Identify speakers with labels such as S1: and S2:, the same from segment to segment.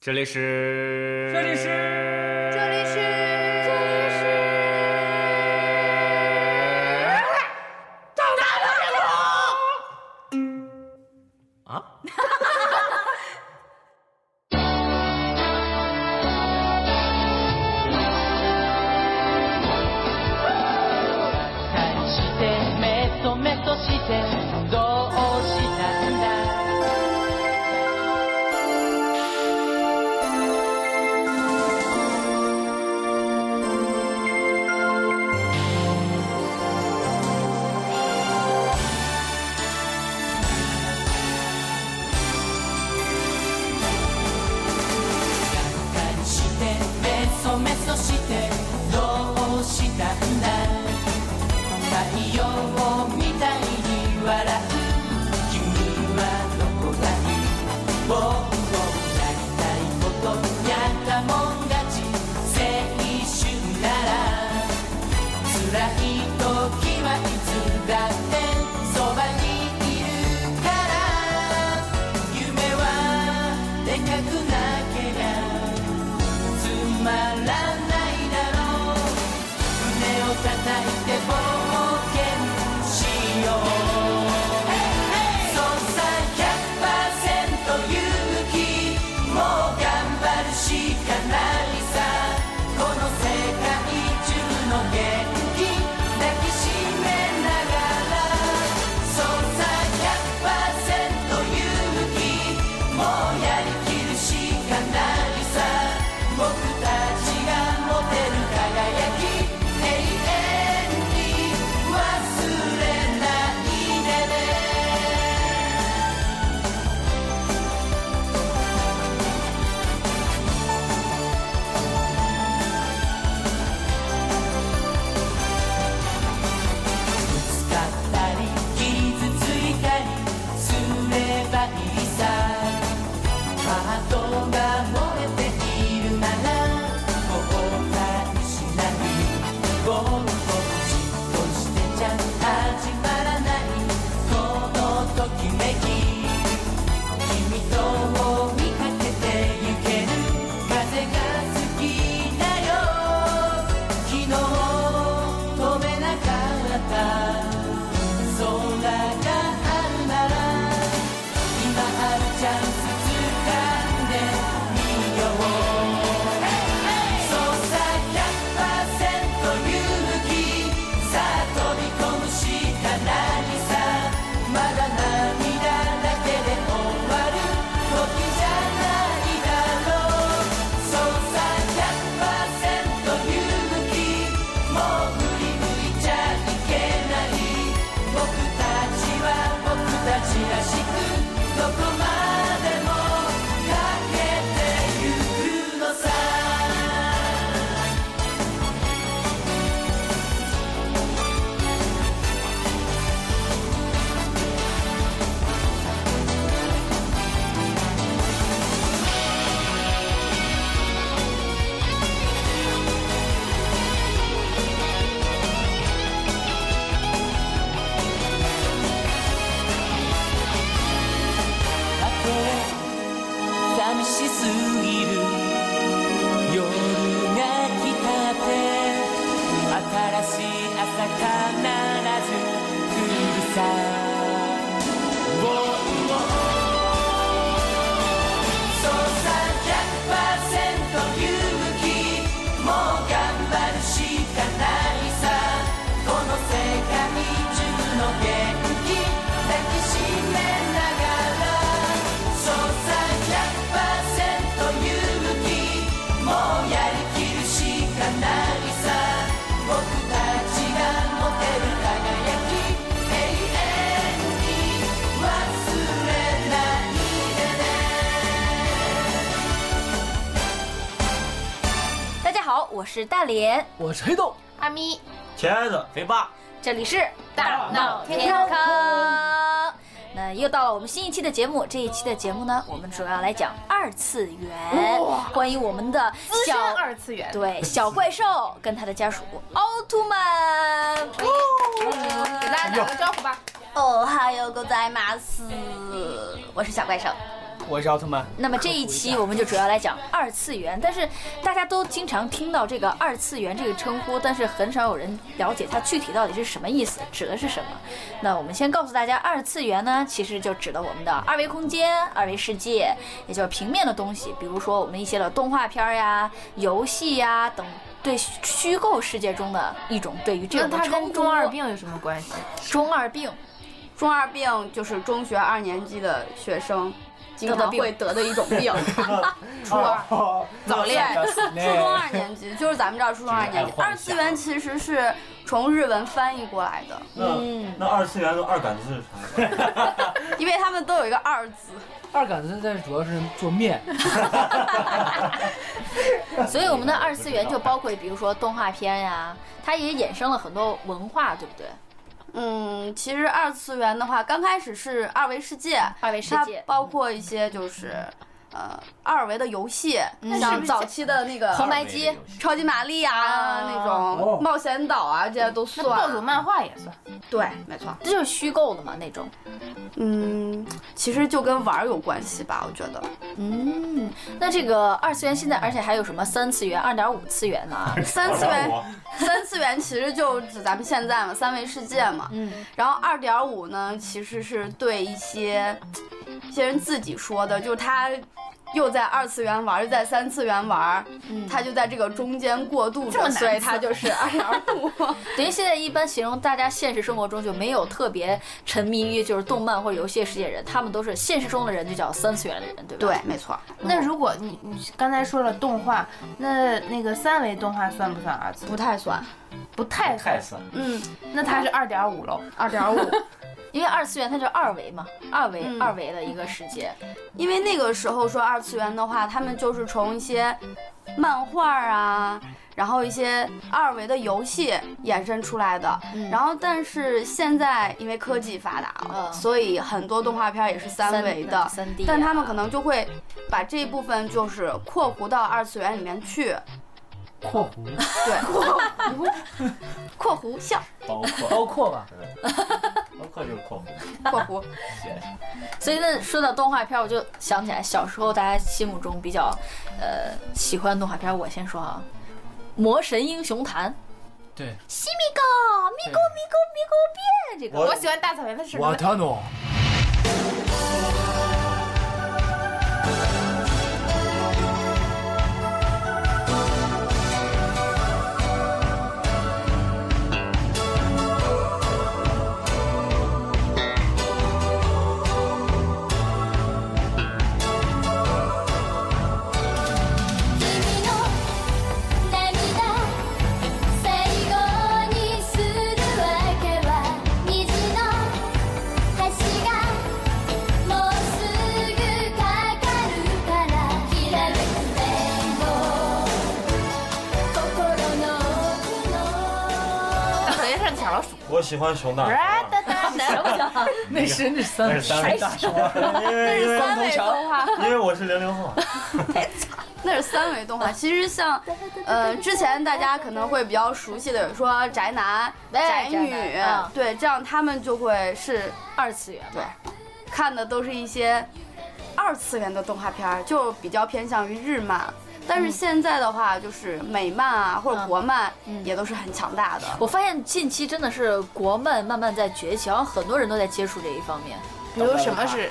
S1: 这里是，
S2: 这里是
S3: 这里是这里是
S1: 啊，
S4: 返してメソメソしてどうしたんだ返してメソメソしてどうしたんだ太陽みたいに笑う君はどこがいい僕のやりたいことやったもん勝ち青春なら辛い時はいつだってそばにいるから夢はでかくなきゃつまらないだろう胸を叩いて冒険しようそうさ100%勇気もう頑張るしかないさこの世界中の元気抱きしめながらそうさ100%勇気もうやりきるしかないさ僕たちが持てる輝き永遠に忘れないでねぶつかったり傷ついたりすればいいさハートが燃えているなら後悔しないぼっとじっとしてちゃ始まらないこのときめき君とを見かけてゆける風が好きだよ昨日飛べなかった空があるなら今あるチャンス掴んでみようそうさ100%勇気さあ飛び込むしかないさまだ涙だけで終わる時じゃないだろうそうさ100%勇気もう振り向いちゃいけない僕たちは僕たちらしくどこまでも駆けてゆくのさ寂しすぎる夜が来たって新しい朝必ず来るさウォンウォンそうさ100%勇気もう頑張るしかないさこの世界中の元気抱きしめながらそうさ100%勇気もうやりきるしかないさ僕たちが持てる輝き永遠に忘れないでね
S3: 大家好，我是大连，
S2: 我是黑豆，
S3: 阿咪，
S2: 茄子，
S1: 肥爸，
S3: 这里是大闹天坑。那又到了我们新一期的节目，这一期的节目呢，我们主要来讲二次元，关于我们的
S5: 资深
S3: 小
S5: 二次元，
S3: 对小怪兽跟他的家属奥特曼。
S5: 给
S6: 哎
S5: 大家打个招呼吧。
S3: 哦，哈哟，狗仔马斯，我是小怪兽。
S2: 我是奥特曼。
S3: 那么这一期我们就主要来讲二次元，但是大家都经常听到这个二次元这个称呼，但是很少有人了解它具体到底是什么意思，指的是什么。那我们先告诉大家，二次元呢，其实就指的我们的二维空间、二维世界，也就是平面的东西，比如说我们一些的动画片儿呀、游戏呀等。对虚构世界中的一种对于这
S5: 那
S3: 种的
S5: 它
S3: 称
S5: 跟
S3: 呼，
S5: 中二病有什么关系？
S3: 中二 病，
S6: 中二病就是中学二年级的学生经
S3: 得的
S6: 常
S3: 病
S6: 会得的一种病。
S2: 初 二，
S5: 早恋
S6: 初中二年级就是咱们这儿初中二年
S2: 这，是
S6: 级
S2: 爱幻想
S6: 二次元其实是从日文翻译过来的，
S7: 那
S2: 嗯
S7: 那二次元的二杆子是啥？
S6: 因为他们都有一个二字。
S2: 二杆子，但是主要是做面。
S3: 所以我们的二次元就包括比如说动画片呀，它也衍生了很多文化，对不对？
S6: 嗯，其实二次元的话，刚开始是二维世界，
S3: 二维世
S6: 它
S3: 界，
S6: 包括一些就是呃二维的游戏，
S3: 嗯是不
S6: 像
S3: 是
S6: 早期的那
S3: 红
S6: 个
S3: 白机，
S6: 超级玛丽呀、
S3: 啊
S6: 那
S2: 哦
S6: 种冒险岛啊，这些都
S5: 那暴
S6: 算
S5: 走。漫画也算，
S6: 对，没错。
S3: 这就是虚构的嘛那种。
S6: 嗯，其实就跟玩儿有关系吧，我觉得。
S3: 嗯，那这个二次元现在，而且还有什么三次元、二点五次元呢、
S6: 三次元，
S7: 我
S6: 三次元其实就指咱们现在嘛，三维世界嘛。
S3: 嗯，
S6: 然后二点五呢，其实是对一些一些人自己说的，就是他又在二次元玩儿，又在三次元玩儿，
S3: 嗯
S6: 他就在这个中间过渡
S5: 这
S6: 着，
S5: 么难
S6: 所嗯以他就是二点五。
S3: 等于现在一般形容大家现实生活中就没有特别沉迷于就是动漫或者游戏世界的人，他们都是现实中的人就叫三次元的人，对吧？
S6: 对，没错。嗯
S5: 那如果你你刚才说了动画，那那个三维动画算不算二次？
S6: 不太算，
S5: 不太
S7: 太
S5: 算，
S7: 散了，
S6: 嗯，
S5: 那它是二点五喽。
S6: 二点五，
S3: 因为二次元它就是二维嘛，二维、
S6: 嗯
S3: 二维的一个世界。
S6: 因为那个时候说二次元的话，他们就是从一些漫画啊，然后一些二维的游戏衍生出来的。
S3: 嗯
S6: 然后，但是现在因为科技发达了，
S3: 嗯
S6: 所以很多动画片也是三维的，
S3: 三 D，啊
S6: 但他们可能就会把这一部分就是括弧到二次元里面去。
S2: 括弧，
S6: 对，括弧，括弧笑，
S7: 包括
S2: 包括吧。
S7: 包括就是括弧，
S6: 括弧。
S3: 所以呢，说到动画片，我就想起来小时候大家心目中比较，呃，喜欢动画片。我先说啊，《魔神英雄坛》
S2: 对，
S3: 西米高咪咕咪咕咪咕变这个，
S5: 我喜欢大草原的是
S2: 瓦塔诺。
S8: 君の涙最後にするわけは虹の橋がもうすぐかかるからきらめく目を心の奥の
S5: 大草原上的小老鼠。
S7: 我喜欢熊大
S5: 哒
S7: 熊二。
S5: 哒哒哒，
S2: 那是那是三
S7: 那是三维
S2: 大熊，
S7: 因为因为
S6: 三维动画，
S7: 因为我是零 零后，啊
S6: 那是三维动画。其实像，呃，之前大家可能会比较熟悉的，有说宅男、宅
S3: 哎
S6: 女
S3: 宅男嗯，
S6: 对，这样他们就会是
S3: 二次元嘛
S6: 对。看的都是一些二次元的动画片儿，就比较偏向于日漫。但是
S3: 嗯
S6: 现在的话，就是美漫啊或者国漫
S3: 嗯
S6: 也都是很强大的。
S3: 我发现近期真的是国漫慢慢在崛起，好像很多人都在接触这一方面。
S5: 比如什么是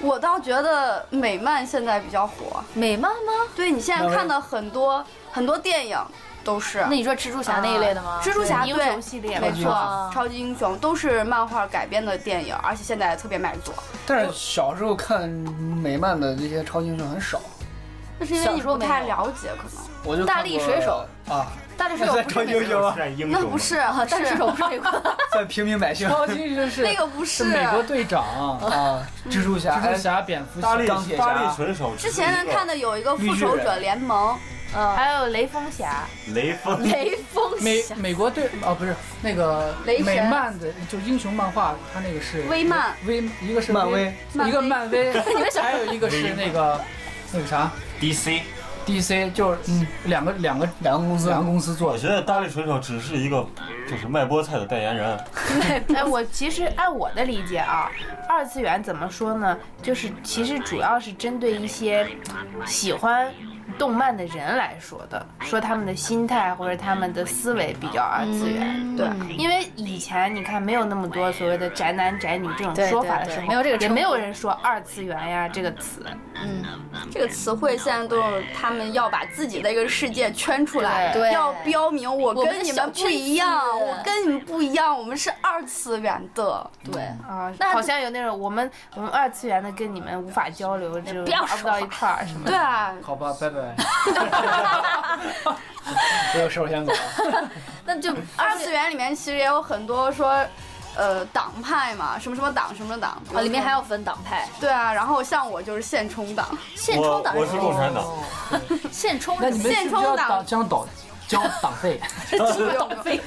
S6: 我倒觉得美漫现在比较火，
S3: 美漫吗？
S6: 对你现在
S2: 那我
S6: 看的很多很多电影都是
S3: 那你说蜘蛛侠那一类的吗？
S6: 蜘蛛侠
S5: 英
S6: 对
S5: 雄。系列
S6: 没
S5: 吗？
S6: 错
S3: 啊，
S6: 超级英雄都是漫画改编的电影，而且现在特别卖座。
S2: 但是小时候看美漫的这些超级英雄很少，
S6: 那是因为
S3: 小
S6: 你
S3: 时候
S6: 不太
S3: 没有
S6: 了解，可能
S2: 我就
S3: 大
S2: 看
S3: 力
S2: 过
S3: 水手
S2: 啊，
S3: 大力水手不是
S2: 超级英
S3: 美
S2: 雄啊，
S7: 是英
S6: 那
S7: 雄
S6: 不
S7: 吗，
S6: 是，
S3: 啊，大
S6: 但
S3: 力水
S6: 是
S3: 手不是美国的，
S2: 算平民百姓。
S9: 超级英雄是
S6: 那个不是
S9: 是美国队长、
S2: 啊，蜘蛛侠，哎
S9: 蜘蛛侠、蝙蝠
S7: 大
S9: 侠、
S7: 力
S2: 钢铁侠
S7: 大力水手只
S6: 之
S7: 是一个，
S6: 前看的有一个《
S2: 绿
S6: 复
S2: 巨
S6: 仇
S2: 人
S6: 者联盟》，
S3: 嗯，
S5: 还有雷锋侠，
S7: 雷锋
S3: 雷锋
S9: 美
S3: 侠，
S9: 美国队哦，不是那个
S6: 雷神
S9: 美漫的，就英雄漫画，它那个是
S6: 微漫，
S9: 微一个是
S2: 漫威，
S9: 一个漫威，还有一个是那个那个啥
S7: DC。
S9: DC，就是嗯两个两个
S2: 两个公司
S9: 两个公司做
S7: 我
S9: 的。
S7: 觉得大力水手只是一个这是卖菠菜的代言人。
S5: 哎，我其实按我的理解啊，二次元怎么说呢？就是其实主要是针对一些喜欢动漫的人来说的，说他们的心态或者他们的思维比较二次元。对，
S6: 嗯
S3: 嗯
S5: 因为以前你看没有那么多所谓的宅男宅女这种
S3: 对
S5: 说法的
S3: 对
S5: 时候，
S3: 对没有这个
S5: 也
S3: 称
S5: 没有
S3: 呼
S5: 人说二次元呀这个词。
S6: 这个词汇现在都有，他们要把自己的一个世界圈出来，
S3: 对
S6: 要标明我
S3: 我们
S6: 跟
S3: 的
S6: 你
S3: 小
S6: 们
S3: 圈
S6: 不一样，
S3: 子
S6: 我跟你们不一样，我们是二次元的。
S3: 对，
S5: 啊，
S6: 那
S5: 好像有那种我们我们二次元的跟你们无法交流，就
S3: 不要
S5: 玩不
S3: 说
S5: 到一
S3: 话
S5: 块儿什么的。
S6: 对啊，
S2: 好吧，拜拜。 我有烧香果，
S3: 那就
S6: 二次元里面其实也有很多说，呃，党派嘛，什么什么党什么党，
S3: 啊，里面还要分党派，
S6: 对啊，然后像我就是现充党，
S3: 现充
S7: 我
S3: 党
S7: 我是共产党，
S3: 现充
S9: 那你们需
S6: 现
S9: 不
S6: 充
S9: 需要
S6: 党
S9: 党交党交党费？
S3: 党费，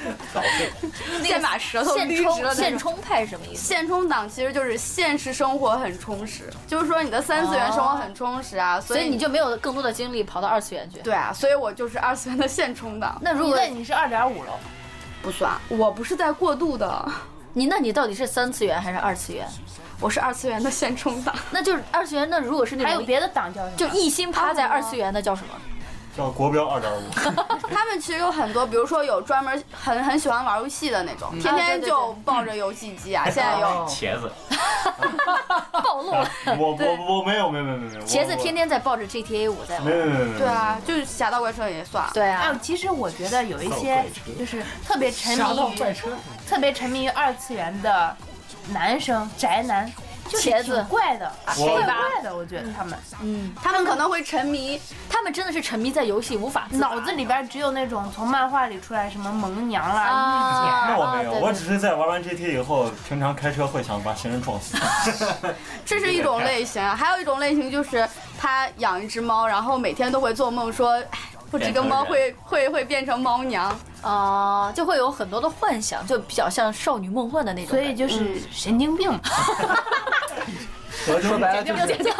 S6: 先把舌头
S3: 现
S6: 捋直
S3: 充
S6: 了那
S3: 现
S6: 种。
S3: 充派是什么意思？
S6: 现充党其实就是现实生活很充实，就是说你的三次元生活很充实啊，所
S3: 所
S6: 以
S3: 以你就没有更多的精力跑到二次元去。
S6: 对啊，所以我就是二次元的现充党，
S3: 那如果
S5: 那你是二点五了，
S6: 不算，我不是在过渡的，
S3: 你那你到底是三次元还是二次元？
S6: 我是二次元的现充 党，
S3: 那就是二次元。那如果是那
S5: 还有
S3: 种
S5: 别的党叫什么？
S3: 就一心趴在二次元的叫什么？
S7: 叫国标二点五。
S6: 他们其实有很多，比如说有专门很很喜欢玩游戏的那种，天天就抱着游戏嗯机啊，现在
S5: 哦
S6: 有。
S1: 茄子，
S3: 暴露了。
S7: 啊我我我没有没有没有没有没有。
S3: 茄子
S7: 我
S3: 天。天在抱着 GTA 五在
S7: 我没
S3: 玩。
S7: 有没有没有没有。
S6: 对啊，就是侠盗怪车也算。
S3: 对啊，
S5: 啊，其实我觉得有一些就是特别沉迷于
S9: 车，
S5: 特别沉迷于二次元的男生宅男，就是
S3: 茄子
S5: 挺怪的，啊
S7: 我
S5: 怪怪的，我觉得他们
S9: 嗯
S6: 他们可能会沉迷，
S3: 他们真的是沉迷在游戏无法自拔
S5: 脑子里边只有那种从漫画里出来什么萌娘啦、御姐
S7: 那
S5: 啊。
S7: 我没有，
S3: 啊对
S7: 我只是在玩完 GT 以后，平常开车会想把行人撞死。
S6: 这是一种类型啊。还有一种类型就是他养一只猫，然后每天都会做梦说，哎我这个猫会会会变成猫娘。
S3: 啊、就会有很多的幻想，就比较像少女梦幻的那种
S5: 所
S3: 感
S5: 以
S3: 觉。
S9: 嗯
S5: 就是神经 病嘛，
S2: 说白了就是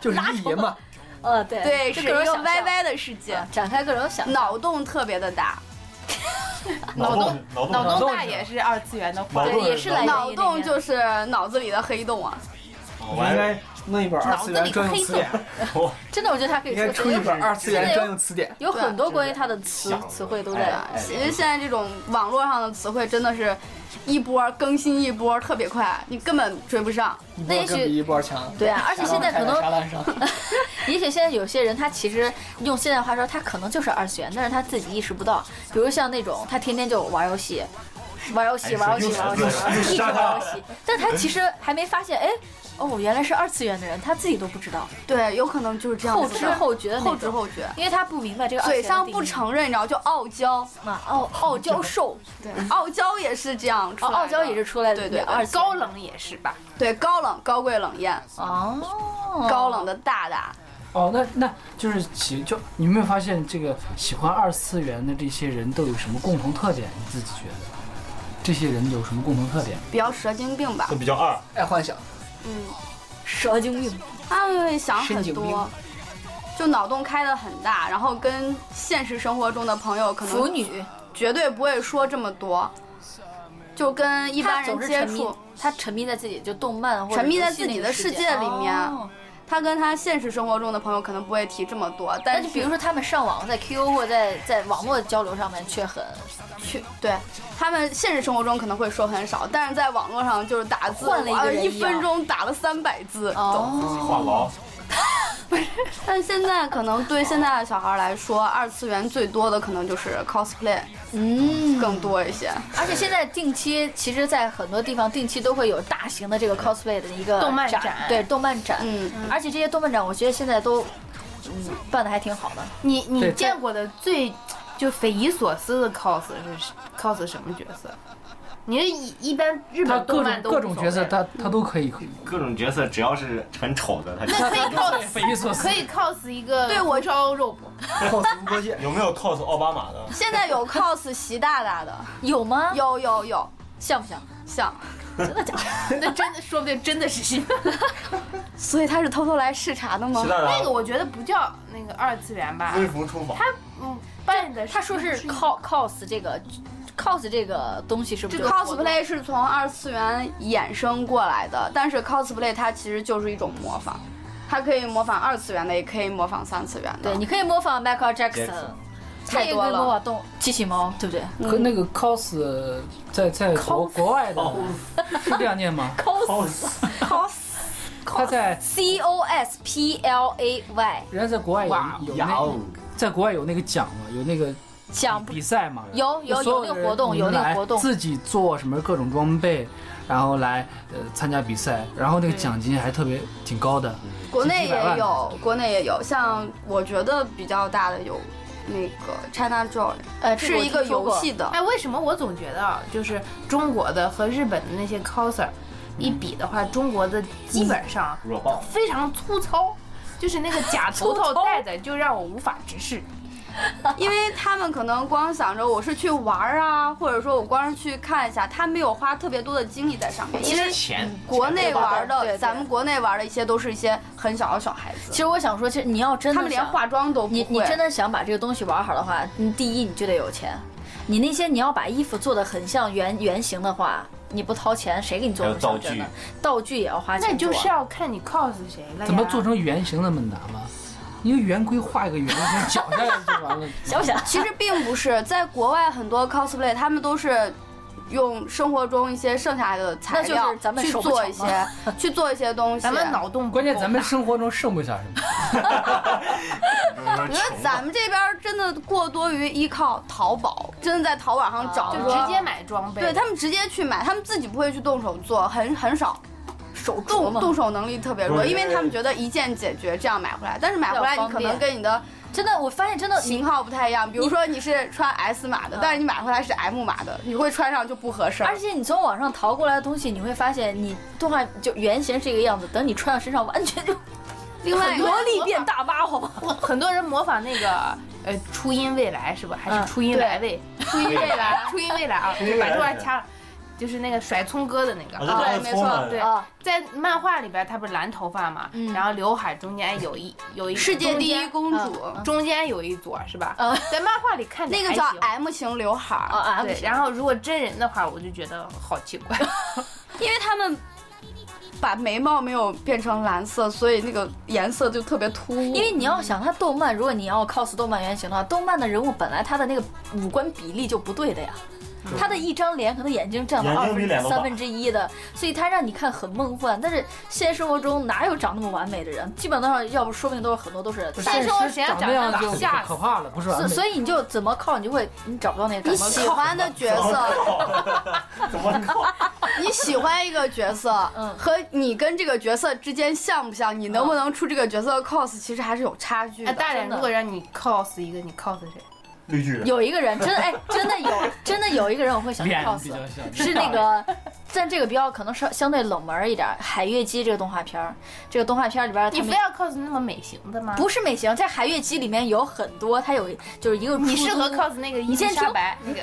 S2: 就是意淫嘛。
S3: 呃，对
S6: 对，
S3: 就是各种
S6: 一个
S3: 想象
S6: 歪歪的世界
S3: 啊，展开各种想象。
S6: 脑洞特别的大，
S7: 脑洞脑洞
S5: 脑
S7: 脑
S5: 洞
S7: 洞
S5: 大也是二次元的话
S7: 脑，洞
S3: 也是来源
S6: 脑洞就是脑子里的黑洞啊。
S7: 我
S2: 我应
S7: 还
S2: 该弄一本二次元专用词典，
S7: 我
S3: 真的，我觉得他可以
S2: 应该
S3: 出
S2: 出一本二次元专用词典。
S3: 有很多关于他的词词汇都
S6: 对
S3: 在
S6: 啊，其实现在这种网络上的词汇真的是一波更新一波，特别快，你根本追不上。
S2: 一
S3: 那也
S2: 波
S3: 许
S2: 更比一波强。
S3: 对啊而且现在可能
S2: 啥烂伤，
S3: 也许现在有些人，他其实用现在话说，他可能就是二次元，但是他自己意识不到。比如像那种，他天天就玩游戏，玩游
S2: 哎
S3: 戏，玩游戏，玩游戏，玩游戏一直玩游戏，但他其实还没发现，哎，哦，我原来是二次元的人，他自己都不知道，
S6: 对，有可能就是这样
S3: 后
S6: 子
S3: 知
S6: 的
S3: 后觉的那
S6: 后
S3: 种
S6: 知，后觉，
S3: 因为他不明白这个二次
S6: 嘴
S3: 元的
S6: 上
S3: 定义
S6: 不承认，然后就傲娇。
S3: 嘛，傲 傲娇兽，
S6: 对，傲娇也是这样出
S3: 哦，
S6: 来的，
S3: 傲娇也是出来的，
S6: 对对对
S3: 二次元
S5: 高冷也是吧？
S6: 对高冷、高贵、冷艳，
S3: 哦，
S6: 高冷的大大。
S9: 哦，那那就是喜就你有没有发现这个喜欢二次元的这些人都有什么共同特点？你自己觉得？这些人有什么共同特点？
S6: 比较蛇精病吧
S7: 都，比较二，
S2: 爱幻想，
S3: 蛇精病，
S6: 他们会想
S2: 神
S6: 很
S2: 经
S6: 多
S2: 病，
S6: 就脑洞开的很大，然后跟现实生活中的朋友可
S3: 腐
S6: 能
S3: 女，
S6: 绝对不会说这么多，就跟一
S3: 一
S6: 般人接
S3: 沉迷
S6: 触，，
S3: 他沉迷在自己就动漫或者
S6: 沉迷在
S3: 游戏
S6: 自己
S3: 那个
S6: 的
S3: 世
S6: 世
S3: 界
S6: 界里面
S3: 哦
S6: 他跟他现实生活中的朋友可能不会提这么多，
S3: 那
S6: 但
S3: 就是比如说他们上网，在 QQ 或在在网络交流上面却很
S6: 去对他们现实生活中可能会说很少，但是在网络上就是打字，
S3: 换了一个
S6: 我
S3: 人
S6: 一
S3: 一样
S6: 分钟打了三百字。
S3: 哦，
S7: 话痨，
S6: 但现在可能对现在的小孩来说，二次元最多的可能就是 cosplay
S3: 嗯，
S6: 更多一些。
S3: 而且现在定期，其实，在很多地方定期都会有大型的这个 cosplay 的一个
S5: 动漫
S3: 展，
S5: 展
S3: 对动漫展，
S6: 嗯，
S3: 而且这些动漫展，我觉得现在都。嗯，办的还挺好的。
S5: 你你
S9: 对
S5: 见过的最就匪夷所思的 cos 是 cos 什么角色？你是一一般日
S9: 他
S5: 本
S9: 各
S5: 动
S9: 种
S5: 漫都
S9: 各种角色，
S5: 无所
S9: 他他都可以，可以
S1: 各种角色只要是很丑的，他就
S5: 谓那可以 cos
S9: 匪夷所思
S5: 可。以 cos 一个
S6: 对我
S5: 烧肉不？
S2: cos 无国界，
S7: 有没有 cos 奥巴马的？
S6: 现在有 cos 习大大的，
S3: 有吗？
S6: 有有有，
S3: 像不像？
S6: 像
S3: 真的假的？
S5: 那真的说不定真的是新。
S6: 所以他是偷偷来视察的吗
S7: 齐？大
S5: 那个
S7: 大
S5: 我觉得不叫那个二次元吧，
S7: 微服出访，
S5: 嗯，扮的
S3: 他说是 cos cos 这个 cos 这个东西是不
S6: 这
S3: 是
S6: 个 cosplay 是从二次元衍生过来的，但是 cosplay 它其实就是一种模仿，它可以模仿二次元的，也可以模仿三次元的。
S3: 对，你可以模仿 Michael Jackson，
S7: Jackson
S3: 他
S6: 太
S3: 也可
S6: 多
S3: 以
S6: 了
S3: 模仿动机器猫，对不对
S9: 可那个 cos 在在国国外
S3: 哦
S9: 的是这样念 吗？ 他在
S3: ？C O S P L A Y
S9: 人家在国外
S5: 哇
S9: 有有
S1: 哦
S9: 那在国外有那个奖嘛，有那个
S3: 讲不
S9: 比赛嘛，
S3: 有有有
S9: 所
S3: 那
S9: 人
S3: 个活动，
S9: 你
S3: 有
S9: 们
S3: 那
S9: 来
S3: 个活动，
S9: 自己做什么各种装备，然后来呃参加比赛，然后那个奖金还特别挺高
S3: 哎
S9: 的，
S6: 国内
S9: 几百万
S6: 也有，国内也有，像我觉得比较大的有那个 China Joy，
S3: 呃，这
S6: 是一个
S3: 我听说
S6: 游
S3: 过
S6: 戏的，
S5: 哎，为什么我总觉得啊，就是中国的和日本的那些 coser 一比的话，中国的基本上
S9: 嗯
S7: 弱爆，
S5: 非常粗糙，就是那个假
S3: 粗
S5: 头头
S3: 糙
S5: 戴的就让我无法直视。
S6: 因为他们可能光想着我是去玩儿啊，或者说我光是去看一下，他没有花特别多的精力在上面。因为
S1: 钱
S6: 国内玩儿
S3: 对对
S6: 的，
S3: 对
S6: 咱们国内玩儿的一些都是一些很小的小孩子
S3: 其，实我想说，其实你要真的
S6: 他们连
S3: 想
S6: 化妆都不会。
S3: 你你真的想把这个东西玩好的话，你第一你就得有钱。你那些你要把衣服做的很像原原型的话，你不掏钱，谁给你做
S1: 还有
S3: 不像
S1: 道
S3: 真
S1: 具
S3: 的？道具也要花钱
S5: 那
S3: 做。啊
S5: 就是要看你 cos 谁了呀。
S9: 怎么做成圆形那么难吗？一个圆规画一个圆形，绞下来就 完了。
S3: 想不想？
S6: 其实并不是，在国外很多 cosplay 他们都是用生活中一些剩下的材
S3: 那就
S6: 料
S3: 是咱们
S6: 去
S3: 手不
S6: 做
S3: 巧
S6: 一些 去做一些东西。
S5: 咱们脑洞不够
S9: 关键咱们生活中剩不下什 么，
S6: 我觉得
S7: 啊
S6: 咱们这边儿真的过多于依靠淘宝，真的在淘宝
S3: 啊
S6: 上找
S5: 就
S6: 说，
S5: 直接买装备，
S6: 对他们直接去买，他们自己不会去动手做，很很少。
S3: 手镯
S6: 动
S3: 嘛，
S6: 动手能力特别弱，
S7: 对
S6: 因为他们觉得一键解决，这样买回来。但是买回来
S3: 比较
S6: 你
S3: 方
S6: 可
S3: 便
S6: 能跟你的
S3: 真的，我发现真的你嗯
S6: 型号不太一样，比如说你是穿 S 码的，但是你买回来是 M 码的，你会穿上就不合身。
S3: 而且你从网上淘过来的东西，你会发现你动画就原型是一个样子，等你穿到身上完全就
S6: 另外一个
S3: 萝莉变大妈，好吗？
S5: 很多人模仿那个呃初音未来是吧？还
S3: 嗯
S5: 是初音来未？初音未来， 初音未来啊，
S7: 音未来
S5: 把这块掐了，就是那个甩葱歌的那个。
S7: 我就
S6: 对
S7: 当
S6: 没
S7: 时
S6: 错
S7: 充了，
S5: 对
S3: 啊，
S5: 在漫画里边，她不是蓝头发嘛，然后刘海中间有一有一
S6: 世界第一公主，
S5: 中间有一撮是吧
S3: 嗯？
S5: 在漫画里看着
S6: 那个
S5: 还
S6: 叫
S5: 行
S6: M 型刘海儿，
S3: 啊啊！
S5: 对，然后如果真人的话，我就觉得好奇 怪。
S6: 因为他们把眉毛没有变成蓝色，所以那个颜色就特别突兀。
S3: 因为你要想，它动漫，如果你要 cos 动漫原型的话，动漫的人物本来他的那个五官比例就不对的呀，他的一张脸可能眼睛占了
S7: 眼睛
S3: 二分
S7: 比
S3: 之
S7: 脸都大
S3: 三分之一的，所以他让你看很梦幻。但是现实生活中哪有长那么完美的人？基本上要不说不定都是很多都是，
S9: 不是
S5: 但是我谁要
S9: 长
S5: 长
S9: 那
S5: 得
S9: 样
S5: 打
S9: 就
S5: 架
S9: 可怕了，不是完
S3: 所
S9: 美。
S3: 所以你就怎么靠，你就会你找不到那个
S6: 你
S3: 感觉。
S6: 喜欢的角色，
S7: 怎么靠？
S6: 你喜欢一个角色，
S3: 嗯
S6: 和你跟这个角色之间像不像，你能不能出这个角色的 cos，其实还是有差距
S5: 那
S6: 的。
S5: 大脸
S3: 真的
S5: 如果让你 cos 一个，你 cos 谁？
S7: 绿巨人，
S3: 有一个人真的哎，真的有 真的有一个人我会想去
S9: 脸
S3: cos，
S9: 比较像，
S3: 是那个，但这个比较可能是相对冷门儿一点儿，《海月姬》这个动画片儿，这个动画片儿里边儿他
S5: 你
S3: 们
S5: 非要 cos 那么美型的吗？
S3: 不是美型，在《海月姬》里面有很多，它有就是一个
S5: 你
S3: 出
S5: 适合
S3: 租
S5: cos 那个伊
S3: 你先
S5: 丽莎
S3: 听
S5: 白那个。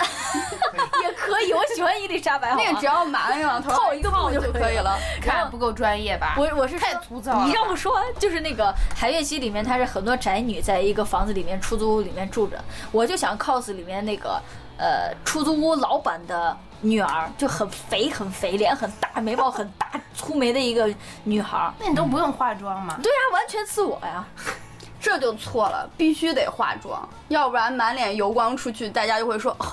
S3: 也可以，我喜欢伊丽莎白，好
S6: 那个
S3: 吗
S6: 只要满那两头
S3: 套一个布就
S6: 就
S3: 可
S6: 可
S3: 以
S6: 以了。
S5: 看不够专业吧？
S3: 我我是
S5: 太
S3: 说
S5: 粗糙了啊
S3: 你让我说，就是那个《海月姬》里面，它是很多宅女在一个房子里面出租屋里面住着，我就想 cos 里面那个呃出租屋老板的女儿，就很肥很肥，脸很大，眉毛很大，粗眉的一个女孩儿。
S5: 那你都不用化妆吗？
S3: 对呀、完全自我呀。
S6: 这就错了，必须得化妆，要不然满脸油光出去，大家就会说，哦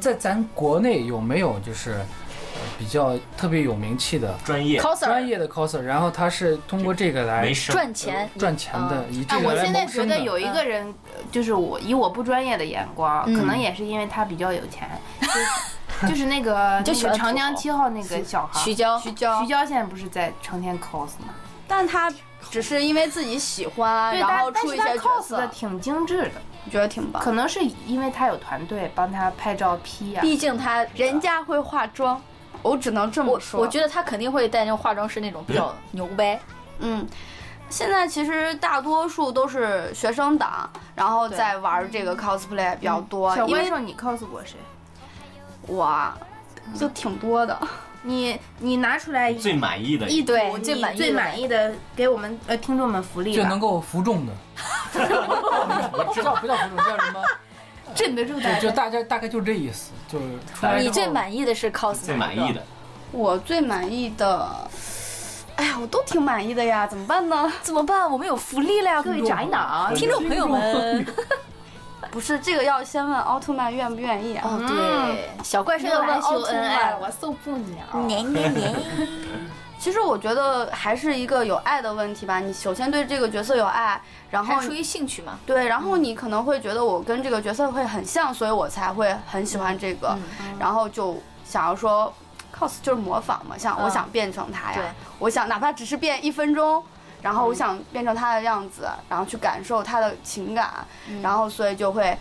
S9: 在咱国内有没有就是呃比较特别有名气的
S1: 专业
S3: coser
S9: 专业的 coser，然后他是通过这个来
S1: 没事，
S3: 赚钱嗯
S9: 赚钱的，以
S5: 哎，
S9: 这个
S5: 我
S9: 来
S5: 现在
S9: 谋
S5: 觉
S9: 生
S5: 得
S9: 的。
S5: 有一个人，呃就是我以我不专业的眼光，可能也是因为他比较有钱， 就是就是那个
S3: 就
S5: 那
S3: 喜
S5: 个
S3: 欢
S5: 长
S3: 土
S5: 江
S3: 豪
S5: 七号那个小孩儿，
S3: 徐
S9: 啊
S3: 娇，
S6: 徐娇
S5: 徐，娇现在不是在成天 cos 吗？
S6: 但他只是因为自己喜欢，
S5: 对，
S6: 然后
S5: 但但
S6: 出
S5: 是
S6: 一
S5: 他
S6: 些角
S5: cos 的
S6: 色，
S5: 挺精致的，
S6: 觉得挺棒。
S5: 可能是因为他有团队帮他拍照 P 啊呀。
S3: 毕竟她
S6: 人家会化妆，我只能这么
S3: 我
S6: 说。
S3: 我觉得她肯定会带那种化妆师那种比较牛掰，
S6: 嗯，现在其实大多数都是学生党，然后在玩这个 cosplay 比较多，
S5: 小
S6: 因
S5: 怪
S6: 为
S5: 兽，你 cos 过谁？
S6: 我啊就挺多的。
S5: 你你拿出来
S1: 最满意的
S5: 一组
S3: 对
S5: 你
S3: 最满意的
S5: 最满意的给我们呃听众们福利
S9: 就
S5: 吧
S9: 能够服众的，不叫不叫服众，叫什么？
S3: 镇得住
S9: 就就大家大概就这意思，就是出来
S3: 你
S9: 之
S3: 最
S9: 后
S3: 满意的是 cos
S1: 最
S3: 哪
S1: 满
S3: 一个
S1: 意的，
S6: 我最满意的，哎呀，我都挺满意的呀，怎么办呢？
S3: 怎么办？我们有福利了呀，
S5: 各
S3: 各
S5: 位
S3: 位
S5: 宅
S9: 啊
S5: 脑，
S3: 听众朋友们。
S6: 不是这个要先问奥特曼愿不愿意啊？
S3: 哦，对，小怪兽要问
S5: 来
S3: 奥
S5: 秀
S3: 特
S5: 恩爱，
S3: 曼，
S5: 我受不了。
S3: 年年年，
S6: 其实我觉得还是一个有爱的问题吧。你首先对这个角色有爱，然后
S3: 还出于兴趣嘛？
S6: 对，然
S3: 嗯
S6: 后你可能会觉得我跟这个角色会很像，所以我才会很喜欢这
S3: 嗯
S6: 个，然后就想要说 cos 就是模仿嘛，想、我
S3: 嗯
S6: 想变成他呀
S3: 对，嗯
S6: 我想哪怕只是变一分钟，然后我想变成他的样子，然后去感受他的情感，然后所以就会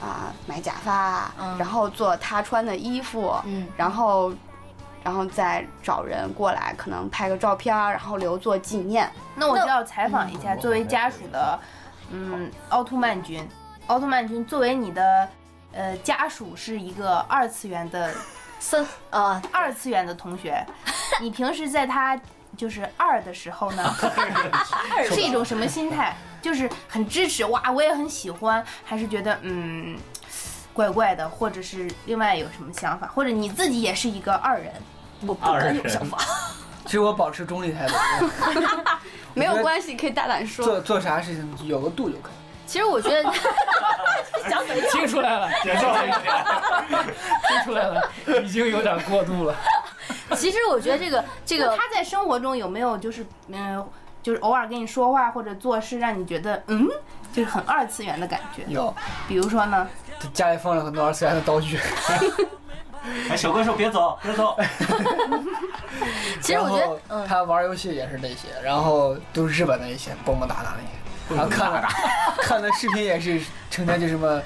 S6: 啊、买假发，
S3: 嗯
S6: 然后做他穿的衣服，
S3: 嗯
S6: 然后。然后再找人过来，可能拍个照片儿，然后留作纪念。
S5: 那我就要采访一下作为家属的，嗯，奥特曼君，奥特曼君作为你的呃家属是一个二次元的
S3: 三啊，
S5: 二次元的同学，你平时在他就是二的时候呢，是一种什么心态？就是很支持哇，我也很喜欢，还是觉得嗯怪怪的，或者是另外有什么想法，或者你自己也是一个二人，
S3: 我不
S1: 二
S3: 敢有
S1: 人
S3: 想法，
S2: 其实我保持中立态度，
S6: 没有
S2: 觉得
S6: 关系，可以大胆说。
S2: 做做啥事情有个度就可以。
S3: 其实我觉得，
S9: 听出来了，
S1: 接受一点。
S9: 听出来了，已经有点过度了。
S3: 其实我觉得这个这
S5: 就
S3: 个
S5: 他在生活中有没有就是嗯、就是偶尔跟你说话或者做事，让你觉得嗯，就是很二次元的感觉？
S2: 有，
S5: 比如说呢，
S2: 他家里放了很多二次元的道具，
S1: 哎，小怪兽别走，别走，
S3: 其实我觉
S2: 然后
S3: 得，嗯，
S2: 他玩游戏也是那些，然后都是日本的一些蹦蹦哒哒那些，然后看了 看的视频也是成天就什么，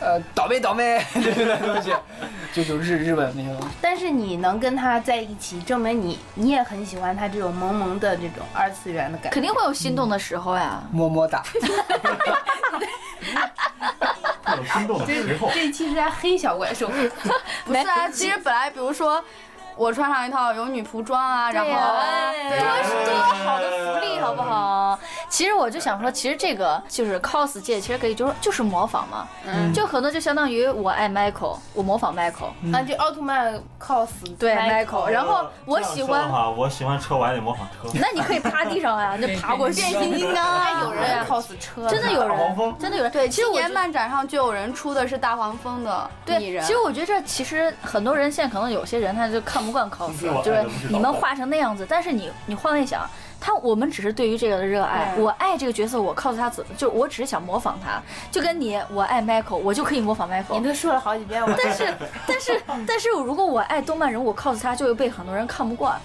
S2: 呃，倒霉倒霉 这类的东西，就就日日本那些东西。
S5: 但是你能跟他在一起，证明你你也很喜欢他这种萌萌的这种二次元的感觉。
S3: 肯定会有心动的时候呀。
S2: 么么 哒，
S7: 有心动的时候，
S5: 这一期是在黑小怪兽，
S6: 不是啊，其实本来比如说我穿上一套有女仆装啊，然
S3: 然
S6: 后
S3: 后多是多好的福利，好不好？其实我就想说，其实这个就是 cos 界，其实可以就是就是模仿嘛，就很多就相当于我爱 Michael，我模仿 Michael，
S5: 啊，就奥特曼 cos
S3: 对
S5: Michael，
S3: Michael，然后我喜
S7: 这样说的
S3: 欢，
S7: 话，我喜欢车，我还得模仿车。
S3: 那你可以趴地上啊，你就爬过去， 变形金刚啊，有
S5: 人 cos 车，
S3: 真的有
S7: 大黄
S3: 人
S7: 蜂，
S3: 真的有人，
S6: 对，
S3: 其实
S6: 今
S3: 我觉
S6: 年
S3: 得
S6: 漫展上就有人出的是大黄蜂的
S3: 对，
S6: 拟人，
S3: 其实我觉得这其实很多人现在可能有些人他就看不惯 cos，
S7: 是我爱的
S3: 就是
S7: 不是
S3: 你
S7: 老
S3: 们
S7: 婆
S3: 画成那样子，但是你你换位想，他我们只是对于这个的热爱，
S6: 对
S3: 我爱这个角色，我 cos 他怎么，就我只是想模仿他，就跟你我爱 Michael，我就可以模仿
S5: 你
S3: Michael。
S5: 都说了好几遍，我
S3: 但是，但是，但是，如果我爱动漫人物，我 cos 他就会被很多人看不惯。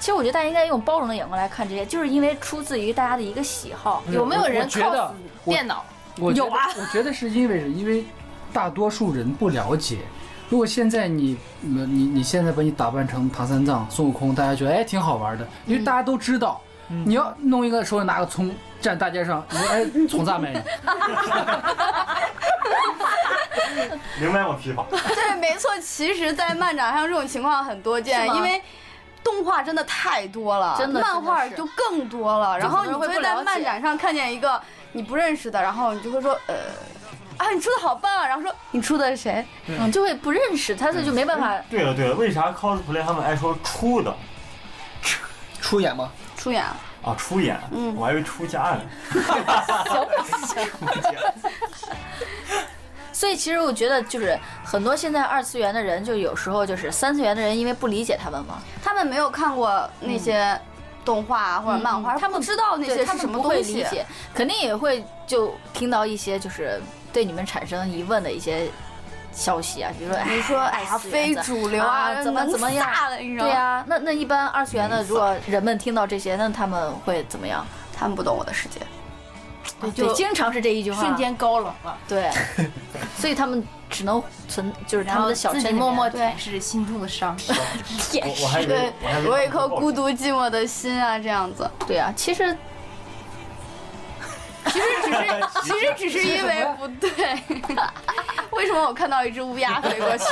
S3: 其实我觉得大家应该用包容的眼光来看这些，就是因为出自于大家的一个喜好。
S5: 有没有人
S9: 我觉得
S5: cos 电脑？
S9: 我觉得
S3: 有啊
S9: 我觉得是因为是因为大多数人不了解。如果现在你嗯你你现在把你打扮成唐三藏、孙悟空，大家觉得哎挺好玩的，因为大家都知道，
S2: 嗯
S9: 你要弄一个手里拿个葱站大街上，你说哎 葱咋卖呢？
S7: 明白我提法。
S6: 对，没错。其实，在漫展上这种情况很多见
S3: 是，吗
S6: 因为。动画真的太多了，
S3: 真的
S6: 漫画
S3: 真的是
S6: 就更多了。然后你
S3: 很多
S6: 会
S3: 人会不了
S6: 在漫
S3: 解
S6: 展上看见一个你不认识的，然后你就会说，呃，啊，你出的好棒啊，然后说你出的是谁？
S3: 嗯，就会不认识他，所以就没办法。
S7: 对了对了，为啥 cosplay 他们爱说出的
S2: 出演吗？
S6: 出演啊，
S7: 啊？出演，
S6: 嗯
S7: 我还以为出家呢。
S3: 所以其实我觉得，就是很多现在二次元的人，就有时候就是三次元的人，因为不理解他们嘛，
S6: 他们没有看过那些动画啊或者漫画，
S3: 嗯嗯
S6: 嗯他们不知道那
S3: 对
S6: 些
S3: 他
S6: 是什
S3: 们
S6: 么
S3: 不
S6: 东
S3: 会
S6: 西
S3: 理。解，肯定也会就听到一些就是对你们产生疑问的一些消息啊，比如说
S6: 比
S3: 哎
S6: 如说，哎呀，
S3: 二次元
S6: 非
S3: 怎
S6: 主流
S3: 啊怎么
S6: 能
S3: 怎么样
S6: 撒的，你知道
S3: 对
S6: 吗？
S3: 呀、那那一般二次元的，如果人们听到这些，那他们会怎么样？
S6: 他们不懂我的世界。
S3: 对，
S5: 就
S3: 经常是这一句话，
S5: 瞬间高冷了，
S3: 对，所以他们只能存就是
S5: 然
S3: 他们
S5: 后
S3: 的小
S5: 自
S3: 圈
S5: 己
S3: 里面
S5: 默默
S3: 对
S5: 舔是心中的伤。
S7: 我我还以
S6: 对
S7: 为我还以为
S6: 我有一颗孤独寂寞的心啊，这样子。
S3: 对啊，其实
S6: 其实 只是因为不对。为什么我看到一只乌鸦飞过去？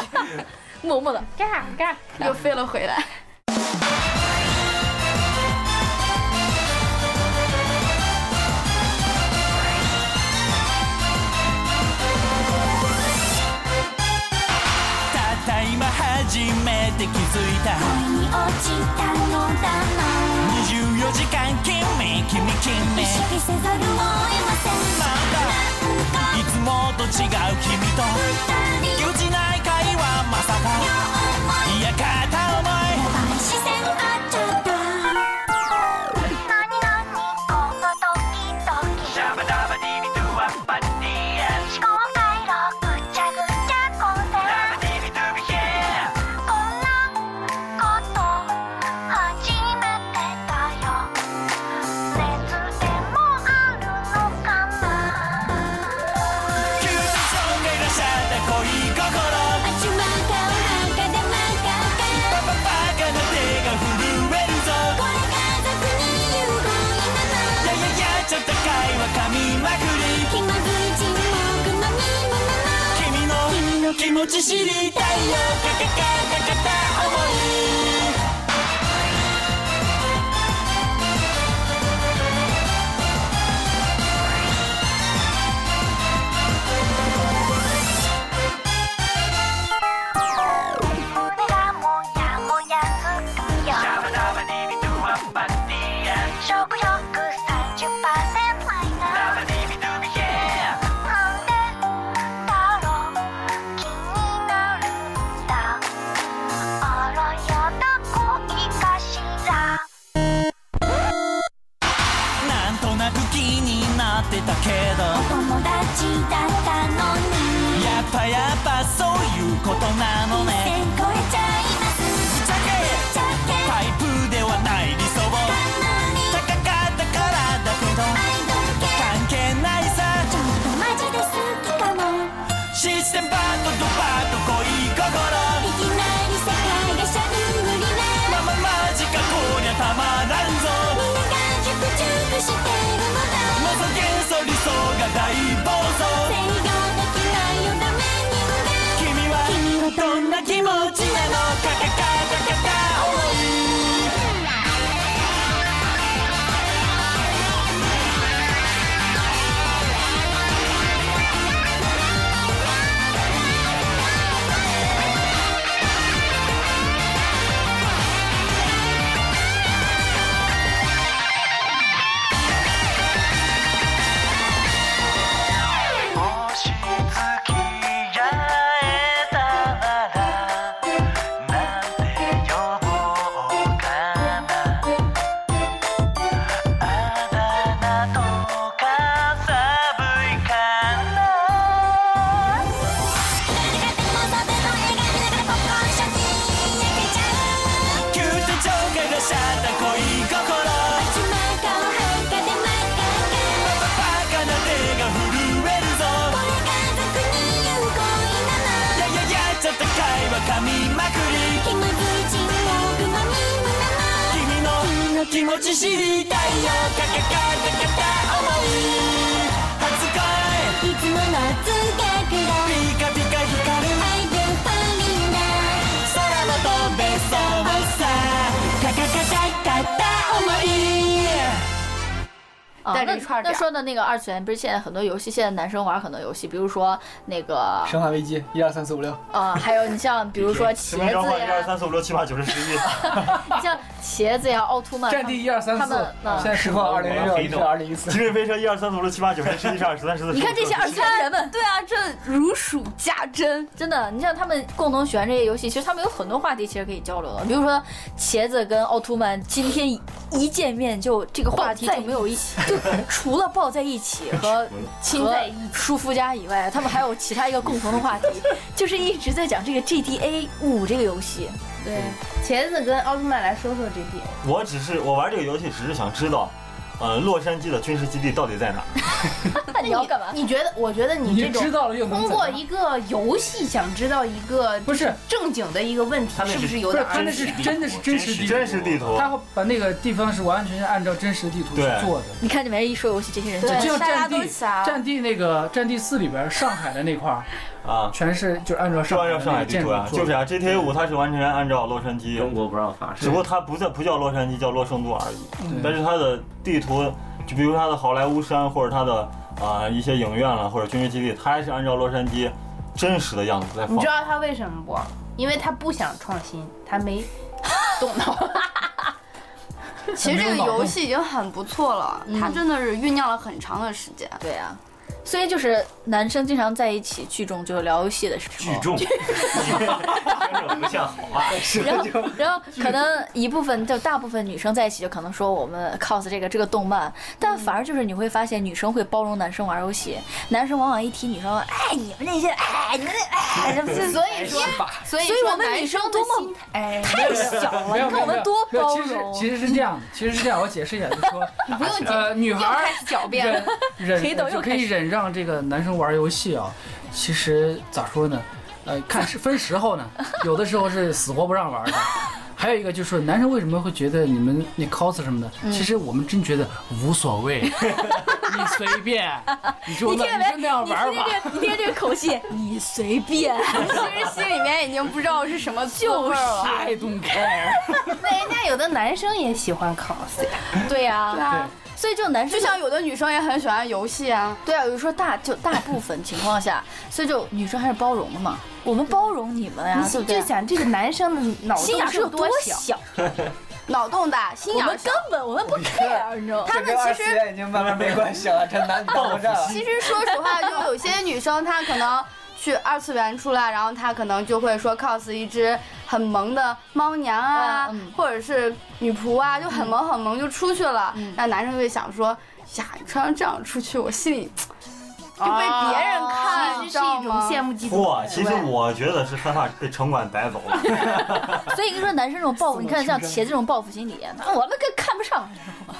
S3: 默默的嘎嘎。
S6: 又飞了回来。
S4: たった今初めて気づいた
S8: に落ちたのだな
S4: 24時間君君
S8: 意
S4: 君
S8: 識せざるを得ません
S4: なんだいつもと違う君と
S8: 二人
S4: ぎ
S8: の
S4: こちない会話まさか
S8: 思
S4: 嫌かった思い
S8: い視線がちょっと何々この時々思考回路ぐちゃぐちゃ混戦こんなこと初めてだよ熱でもあるのかな
S4: 急にそんでいらっしゃった恋心
S8: あちまたお墓でま
S4: パ
S8: か
S4: パバカな手が震えるぞ
S8: これ家族に言うご
S4: いやいやいやちょっと会話噛みまくり
S8: いなの気まずい沈黙の身もな
S4: 君の気
S8: の
S4: 持ち知りたいよカカカカカタ思い
S8: 俺らもやもやするよ勝負欲30%マイナスなんでだろう気になるんだあらやだ恋かしら
S4: なんとなく気になってたけ
S8: お
S4: ど
S8: 友達だったのに
S4: やっぱやっぱそういうことなのね
S8: 線越えちゃいます
S4: ぶっちゃけ
S8: じゃけん
S4: タイプではない理想
S8: なに
S4: 高かったからだけど
S8: I don't care
S4: 関係ないさ
S8: ちょっとマジで好きかも
S4: システムパートとパート恋心
S8: いきなり世界がしゃぶりね
S4: ままマジかこりゃたまらんぞ
S8: みんなが熟熟してるのだ
S4: 謎幻想理想が大暴
S8: 制
S4: 走
S8: 御できないよダメ
S4: 君
S8: 人
S4: はどんな気持ちなのかかかかかか思いもし付き合えたならなんて呼ぼうかなあだ名とか寒いかな
S8: 間誰かでも袖の絵が見ながらポップコーンシャキーン焼けちゃう
S4: キュートチョーカーがしゃった恋心
S8: 街真っ赤をはかで真っ赤
S4: バカな手が震えるぞ
S8: がこれ家族に有効ない
S4: やいやいやちょっと会話噛みまくり
S8: なの気まずい沈黙の身分な
S4: 君の
S8: の
S4: 気持ち知りたいよカカカカカタ思い初恋
S8: いつもの通学
S4: ピ
S8: だ
S4: カピカ光る
S8: I do falling down
S4: 空の飛べそうさカカカカカタ思い
S3: 啊
S6: 带着
S3: 那
S6: 一串儿
S3: 那
S6: 点儿
S3: 说的那个二次元，不是现在很多游戏，现在男生玩很多游戏，比如说那个
S2: 生化危机一二三四五六，
S3: 呃，还有你像比如说
S7: 使
S3: 茄
S7: 命召
S3: 子
S7: 唤一二
S3: 呀，
S7: 三四五六七八九十十一，
S3: 你像茄子呀、奥特曼，
S9: 战地一二三
S3: 他
S9: 四
S3: 们，
S9: 现
S3: 嗯，
S9: 在
S2: 实
S9: 实
S2: 况
S9: 况
S2: 二
S9: 二
S2: 零
S9: 零
S2: 零
S9: 零
S2: 六一直二
S7: 我要黑洞
S2: 零一 四
S7: 精。锐飞车一二三四五六七八九十十一十二十三十四。
S3: 你看这些二次元人们，
S6: 对啊，这如数家珍。
S3: 真的，你像他们共同喜欢这些游戏，其实他们有很多话题其实可以交流的，比如说茄子跟奥特曼今天一一见面就这个话题就没有一起，就除了抱在一 起和
S5: 亲在一起
S3: 和舒肤佳以外，他们还有其他一个共同的话题， 就是一直在讲这个 GTA 五这个游戏。嗯
S5: 对，茄子跟奥特曼来说说这点。
S7: 我只是我玩这个游戏，只是想知道，呃，洛杉矶的军事基地到底在哪？
S3: 那你要干嘛？
S5: 你觉得？我觉得你这
S9: 你知
S5: 种
S9: 道了又能
S5: 通
S9: 怎
S5: 过
S9: 样
S5: 一个游戏想知道一个
S9: 不是
S5: 正经的一个问题
S1: 他，那
S5: 是不
S1: 是
S5: 是有
S9: 不是
S5: 点
S9: 他
S5: 儿
S9: 那是真的是真实地图，
S7: 真实地图，
S9: 他把那个地方是完全是按照真实地图去
S7: 对
S9: 做的。
S3: 你看你们一说游戏，这些人就
S9: 只有
S6: 大家
S9: 战
S6: 都
S9: 地，
S6: 想
S9: 战地那个战地四里边上海的那块儿，
S7: 啊，
S9: 全是就是按照
S7: 是
S9: 上海
S7: 按照
S9: 的
S7: 上
S9: 那
S7: 海
S9: 个
S7: 地
S9: 建
S7: 图
S9: 筑
S7: 啊，
S9: 做
S7: 就是
S9: 的。
S7: 啊，GTA 五它是完全按照洛杉矶，
S1: 中国不让发，
S7: 只不过它不在不叫洛杉矶，叫洛圣都而已。
S9: 对
S7: 但是它的地图，就比如它的好莱坞山或者它的啊、一些影院了或者军事基地，它还是按照洛杉矶真实的样子在
S5: 你
S7: 放
S5: 知。道他为什么不？因为他不想创新，他没动脑。
S6: 其实这个游戏已经很不错了，它真的是酝酿了很长的时间。
S3: 对啊，所以就是男生经常在一起聚众，就是聊游戏的时候，
S1: 举 重，听着不像 好话。
S2: 是
S3: 然
S2: 的，
S3: 后
S2: 就，
S3: 然后可能一部分就大部分女生在一起，就可能说我们 cos 这个这个动漫，但反而就是你会发现女生会包容男生玩游戏，男生往往一提女生，哎，你们那些，哎，你们那，哎，
S5: 所以说，
S7: 啊
S5: 所以
S3: 所以我
S5: 说
S3: 们
S5: 男
S3: 女
S5: 生
S3: 生
S5: 的
S3: 多么
S5: 心态，哎，
S3: 太小了，
S9: 没有
S3: 你看我们多
S9: 没有
S3: 包
S9: 其实
S3: 容。啊
S9: 其实是这样的，其实是这样。我解释一下，就是 说，
S5: 不用
S9: 呃，女孩儿
S5: 开始狡辩了
S9: 忍。忍
S3: 谁懂
S9: 就
S3: 又
S9: 可
S3: 开
S9: 以
S3: 始
S9: 忍让这个男生玩游戏啊。其实咋说呢？呃，看是分时候呢，有的时候是死活不让玩的。还有一个就是说，男生为什么会觉得你们那 cos 什么的？
S3: 嗯
S9: 其实我们真觉得无 所谓，你随便，你就
S3: 你
S9: 那
S3: 听见没？你
S9: 你就那样
S3: 听
S9: 玩吧。
S3: 这个，你听这个口气，你随 便。
S6: 其实 心里面已经不知道是什么滋味了。
S9: I don't care。
S5: 那人家有的男生也喜欢 cos 呀，
S3: 对呀，
S6: 啊，
S3: 所以就男生
S6: 就像有的女生也很喜欢游戏啊，
S3: 对啊，我就说大就大部分情况下，所以就女生还是包容的嘛，我们包容你们呀，对
S5: 你
S3: 不对
S5: 就？想这个男生的脑
S3: 心
S5: 洞
S3: 眼是
S5: 是
S3: 有多
S5: 小？
S3: 小？
S6: 脑洞大，心
S3: 我
S6: 眼
S3: 们
S6: 儿小
S3: 根。本我们不 care，你知道吗？
S6: 他们
S2: 二
S6: 其
S2: 次
S6: 实
S2: 元已经慢慢没关系了，这难到这儿了。
S6: 其实说实话，就有些女生她可能去二次元出来，然后她可能就会说 cos 一只很萌的猫娘啊，
S3: 嗯嗯
S6: 或者是女仆啊，就很萌很萌就出去了。那、男生就会想说，呀，你穿成这样出去，我心里就被别人看，
S5: 其
S6: 你
S5: 实
S6: 知
S5: 是
S6: 道
S5: 一种
S6: 吗？
S5: 羡慕嫉妒恨。
S7: 哇，其实我觉得是害怕被城管逮走 了。
S3: 所以你说男生这种报复，你看像茄子这种报复心理，那我们更看不上。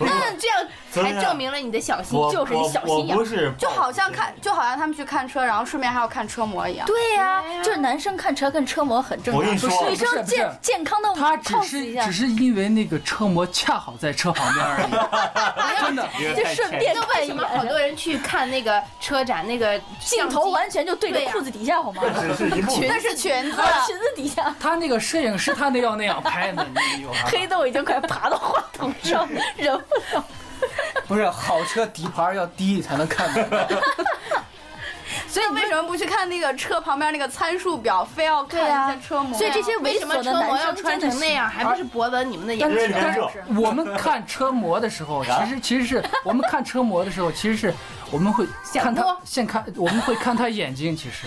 S5: 那这样
S7: 所以
S5: 才
S7: 啊
S5: 证明了你的小心。
S7: 我
S3: 就是
S7: 我
S3: 小心
S7: 我
S3: 眼儿
S7: 不是，
S6: 就好像看，就好像他们去看车，然后顺便还要看车模一样。
S3: 对呀、就是男生看车跟车模很正
S7: 我跟
S3: 常
S7: 你，说，
S3: 女
S9: 不是
S3: 生
S9: 不是
S3: 健健康的
S9: 他只
S3: pose
S9: 是
S3: 嗯一下
S9: 只，是因为那个车模恰好在车旁边而已，真的。
S3: 就顺便
S5: 那
S3: 看
S5: 为
S3: 一
S5: 什么好
S3: 眼，
S5: 多人去看那个车展那个
S3: 镜
S5: 镜
S3: 头完全就对啊着裤子底下好吗？
S7: 只是一部分。
S6: 那是裙 子，
S3: 裙子底下，
S9: 他那个摄影师，他那要那样拍呢，你啊有 啥？
S3: 黑豆已经快爬到话筒上，忍不了。
S2: 不是好车底盘要低才能看到，
S6: 所以为什么不去看那个车旁边那个参数表，非要
S3: 对啊
S6: 看一些车模？
S3: 所以这些
S5: 为
S3: 猥
S5: 什么
S3: 琐
S5: 车
S3: 的
S5: 模
S3: 男
S5: 要
S3: 生
S5: 穿
S3: 真的
S5: 成那
S3: 是。
S5: 样，还不是博得你们的眼
S7: 因为里面
S5: 球？
S7: 热，
S9: 我们看车模的时候，其实其实是我们看车模的时候，其实是我们会看他
S5: 多
S9: 先看，我们会看他眼睛，其实。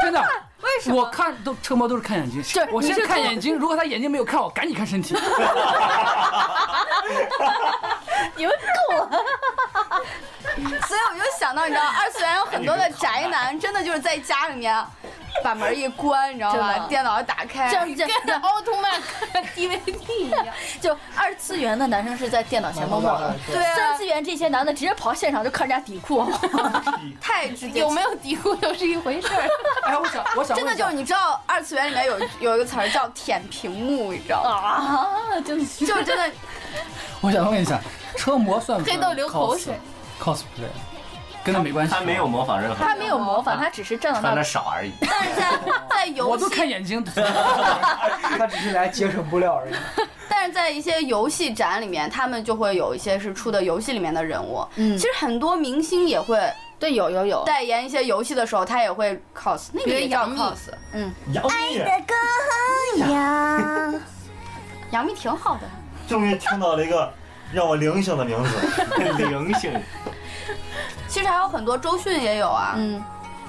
S9: 真的。为什么？我看都车模都是看眼睛，
S3: 是
S9: 我
S3: 你
S9: 先
S3: 是
S9: 看
S3: 看
S9: 眼睛，如果他眼睛没有看我，赶紧看身体。
S3: 你们够 了！
S6: 所以我就想到，你知道，二次元有很多的宅男，真的就是在家里面把门一关，你知道
S3: 真
S6: 吧？
S3: 的
S6: 电脑一打
S5: 哎
S6: 开，
S3: 这样这样，
S5: 奥特曼 DVD 一样，
S3: 就二次元的男生是在电脑前默默的，
S6: 对
S3: 三
S6: 啊，
S3: 次元这些男的直接跑现场就看人家底裤，
S6: 太直接。
S5: 有没有嘀咕又是一回事儿。
S9: 哎，我 想，我想问一下，
S6: 真的就是你知道，二次元里面有有一个词儿叫“舔屏幕”，你知道吗？
S3: 啊，真的就
S6: 就是真的，
S9: 我想问一下，车模算不算
S5: 黑豆流口水
S9: cos-？cosplay 跟他没关系，
S1: 他没有。模仿任何
S3: 他
S1: 人，
S3: 没有模仿，他只是站到那
S1: 穿的
S3: 儿。
S1: 少 而已。
S6: 但是在在游
S9: 我都看
S6: 戏，
S9: 眼睛，
S2: 他只是来节省布料而已。
S6: 但是在一些游戏展里面，他们就会有一些是出的游戏里面的人物。
S3: 嗯
S6: 其实很多明星也会
S3: 对，有有有，
S6: 代言一些游戏的时候，他也会 cos，那个
S5: 比如
S6: 也叫
S5: 杨幂
S6: cos。
S7: 杨幂
S6: 杨幂挺好的。
S7: 终于听到了一个让我灵性的名字，
S1: 灵性，
S6: 其实还有很多，周迅也有啊。
S3: 嗯，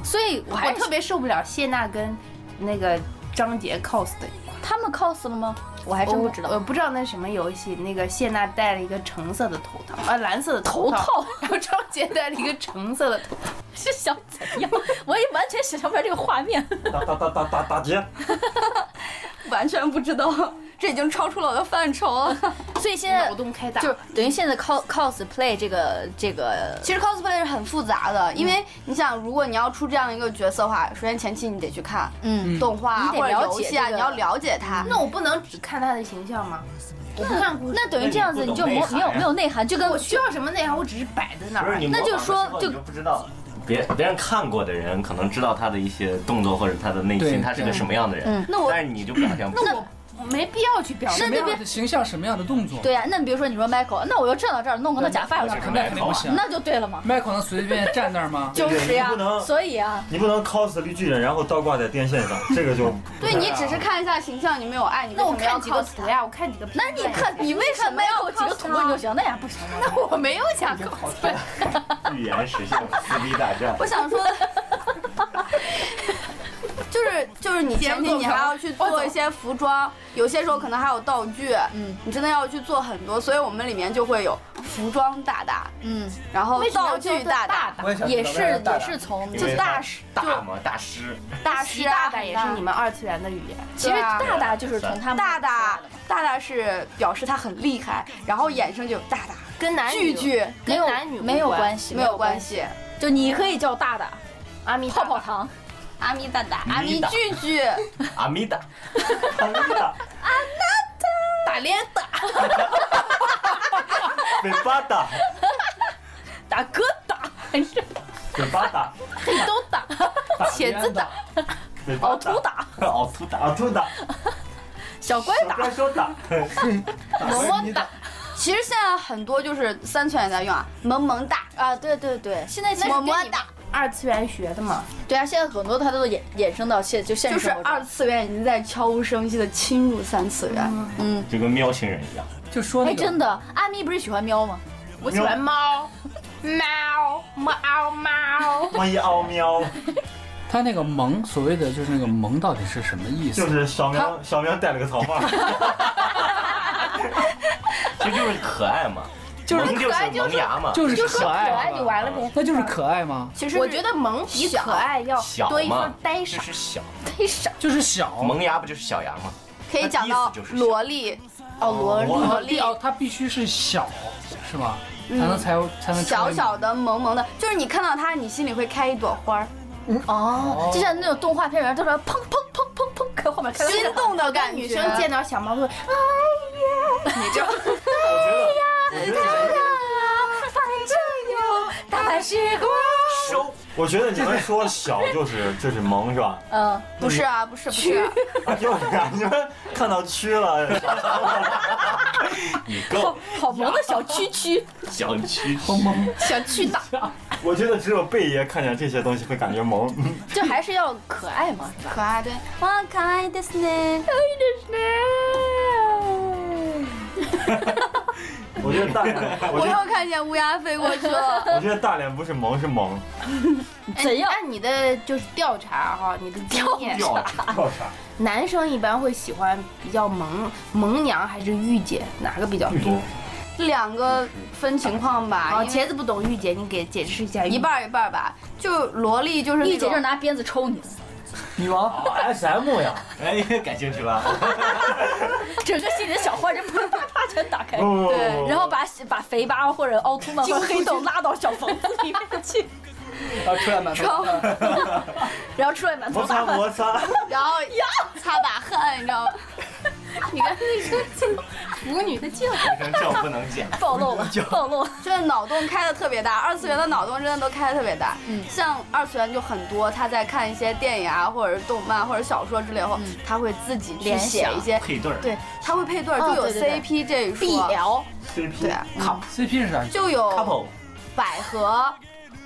S3: 所以我
S5: 我
S3: 还是
S5: 特别受不了谢娜跟那个张杰 cos 的一块。
S3: 他们 cos 了吗？我还真不知道
S5: 我，哦呃我。不知道那什么游戏，那个谢娜戴了一个橙色的头套，呃，蓝色的
S3: 头
S5: 套，
S3: 套
S5: 然后张杰戴了一个橙色的头套，
S3: 是想怎样？我也完全想象不出来这个画面。
S7: 大大大大大大姐，
S6: 完全不知道， 这已经超出了我的范畴了。
S3: 所以现在
S5: 脑洞开大。
S3: 就是等于现在 cos cosplay 这个这个
S6: 其实 cosplay 是很复杂的，因为你想，如果你要出这样一个角色的话，首先前期你得去看，
S3: 嗯
S6: 动画啊
S3: 你得
S6: 或者
S3: 了
S6: 游
S3: 解
S6: 戏啊，
S3: 这个
S6: 你要了解它。
S5: 那我不能只看他的形象吗？我不看故事，
S3: 那等于这样子，
S1: 那
S3: 你
S1: 你不
S3: 就
S1: 懂内涵
S3: 没有没有
S1: 呀
S3: 没有内涵，就跟
S5: 我需要什么内涵？我只是摆在那
S1: 不是
S5: 儿。
S1: 你
S3: 那
S1: 模
S3: 就
S1: 仿的时候
S3: 说就
S1: 你就不知道了。别别人看过的人可能知道他的一些动作或者他的内
S9: 对
S1: 心，他是个什么样的人，
S3: 嗯那我
S1: 但是你就表现不出。
S5: 没必要去表
S9: 什
S5: 现
S9: 么。样的形象，什么样的动作。
S3: 对呀、那你比如说你说 Michael，那我要站到这儿弄个那假发有什
S9: 那
S3: 么
S9: 肯
S3: 用？
S9: 定肯定不行。
S3: 那就对了嘛。
S9: 麦可能随便站那 儿吗？
S3: 就是呀
S7: 你不能，
S3: 所以啊，
S7: 你不能 cos 绿巨人，然后倒挂在电线上，这个就
S6: 对你
S1: 啊
S6: 只是看一下形象，你没有爱，你为
S5: 那
S6: 什
S5: 我
S6: 么要
S5: 看几个
S6: cos
S5: 图
S6: 他？
S5: 呀，我看几个片
S3: 那
S5: 段。
S3: 你看你为什么要几个土棍就行？那也不行。啊
S5: 那我没有讲 cosplay，
S1: 预言实现撕逼大战，
S6: 我想说的， 就是就是你前期你还要去做一些服装，有些时候可能还有道具，嗯，你真的要去做很多，所以我们里面就会有服装大大，
S3: 嗯，
S6: 然后
S5: 为什么
S6: 道
S5: 要
S6: 具
S5: 叫
S6: 大
S5: 大
S6: 大，
S5: 大？
S2: 我也想知道
S3: 也
S2: 为
S3: 是
S2: 啥大
S3: 也
S2: 胆
S3: 是从
S1: 因
S3: 就
S1: 为
S3: 大
S1: 他大嘛大师，
S6: 大
S5: 习
S6: 师
S5: 大
S6: 啊，
S5: 大也是你们二次元的语言。
S3: 其实大大就是从他们
S6: 大大大大是表示他很厉害，然后衍生就大大
S5: 跟男
S6: 句
S5: 女
S6: 句
S5: 跟
S3: 没有
S5: 男女无
S3: 没有
S5: 关
S3: 关系，
S6: 哎没有关，系，
S3: 就你可以叫大大
S5: 阿弥
S3: 泡
S5: 陀
S3: 泡
S5: 佛，
S3: 糖，
S6: 阿咪大大，阿咪
S1: 咪大
S6: 句句，
S1: 阿米达，
S7: 看不到
S5: 打脸打
S7: 被巴打，
S3: 打疙瘩，
S7: 被巴打，
S3: 黑都打，
S5: 茄子打，
S7: 被巴
S3: 凹
S7: 打
S3: 凸，打，
S1: 凹凸
S7: 啊
S1: 打，
S7: 兔打，
S3: 小乖打，
S7: 怪兽打，
S3: 哎
S5: 么么哒。
S6: 其实现在很多就是三次元在用啊，萌萌哒，
S3: 啊，对对对，现在其实
S6: 么
S3: 跟你
S6: 么哒。
S5: 二次元学的嘛，
S3: 对啊，现在很多它都衍衍生到现就现
S6: 就
S3: 实
S6: 是
S3: 生活中
S6: 二次元已经在悄无声息的侵入三次元。
S1: 就跟喵星人一样。
S9: 就说那
S3: 哎，
S9: 个，
S3: 真的，阿咪不是喜欢喵吗？
S5: 我喜欢猫，猫猫猫，
S7: 万一奥喵，
S9: 他那个萌，所谓的就是那个萌到底是什么意思？
S7: 就是小喵，小喵戴了个草 帽，
S1: 其实就是可爱嘛，
S9: 就是
S1: 萌就
S5: 可爱
S1: 是
S5: 就是
S1: 萌芽嘛，
S9: 就是
S5: 就说
S9: 可
S5: 可爱
S9: 爱
S5: 就完了呗。
S9: 那就是可爱吗？
S6: 其实
S5: 我觉得萌比可爱要
S1: 小
S5: 多一份
S1: 嘛，
S5: 呆
S1: 就
S5: 傻。
S1: 是小
S3: 为啥？
S9: 就是小
S1: 萌芽不就是小芽吗？
S6: 可以讲
S1: 它
S6: 到
S1: 的意思就是
S6: 萝莉、
S1: 啊
S3: 哦，萝莉，
S9: 它必哦，它必须是小，是吧？才能才有才能成
S6: 小
S9: 为
S6: 小的、萌萌的，就是你看到它，你心里会开一朵花 儿，
S3: 哦，就像那种动画片里面，都是砰砰砰砰砰，看后面开
S6: 心动的感觉。
S5: 女生见到小猫会，
S7: 我觉得，我觉得你
S3: 反正有大把时光。
S7: 收，我觉得你们说小就是就是萌是吧？
S3: 嗯，
S6: 不是啊，不是不是啊，
S7: 啊， 就是啊，你们看到蛆了，
S1: 你够
S3: 好萌的小蛐蛐，
S1: 小区
S9: 萌萌
S3: 小蛐打，
S7: 我觉得只有贝爷看见这些东西会感觉萌。
S3: 就还是要可爱嘛，是吧？
S6: 可爱对，哇，可爱的呢。
S7: 我觉得大脸，我
S6: 我
S7: 觉
S6: 又
S7: 得
S6: 看见乌鸦飞过去了，
S7: 我觉得大脸不是萌是萌，
S3: 怎样？
S5: 按你的就是调查哈，你的经验，
S1: 掉啥
S7: 叫啥？
S5: 男生一般会喜欢比较萌萌娘还是御姐，哪个比较 多？
S6: 两个分情况吧，
S5: 啊，
S6: 因为
S5: 茄子不懂御姐，你给解释一下御姐。
S6: 一半儿一半儿吧。就萝莉就是
S3: 御
S6: 那
S3: 姐就是
S6: 种，
S3: 拿鞭子抽你，
S9: 女王
S7: S M 呀？
S1: 哎，感兴趣吧？
S3: 整个心里的小花就啪啪啪全打开
S7: 不，不不
S6: 对
S3: 然后把把肥八或者奥特曼或者黑洞拉到小房子里面去，
S2: 然
S1: 啊
S2: 后出来满头
S3: 然后出来满头
S7: 摩
S3: 大
S7: 擦
S3: 汗。
S7: 摩擦，
S6: 然后擦把汗，你知道 吗？
S5: 你看那个腐女的镜
S1: 这声叫不能剪，
S3: 暴露了，暴露了！
S6: 真的脑洞开的特别大，二次元的脑洞真的都开的特别大。像二次元就很多，他在看一些电影啊，或者是动漫或者小说之类后，他会自己去
S3: 联
S6: 写
S3: 想
S6: 一些，
S1: 配对儿。
S6: 对，他会配对儿，
S3: 哦
S6: 就有
S3: 对对对
S6: CP 这一说，
S3: 必聊，
S6: 对啊，
S9: CP 是啥？
S6: 就有
S1: couple
S6: 百合，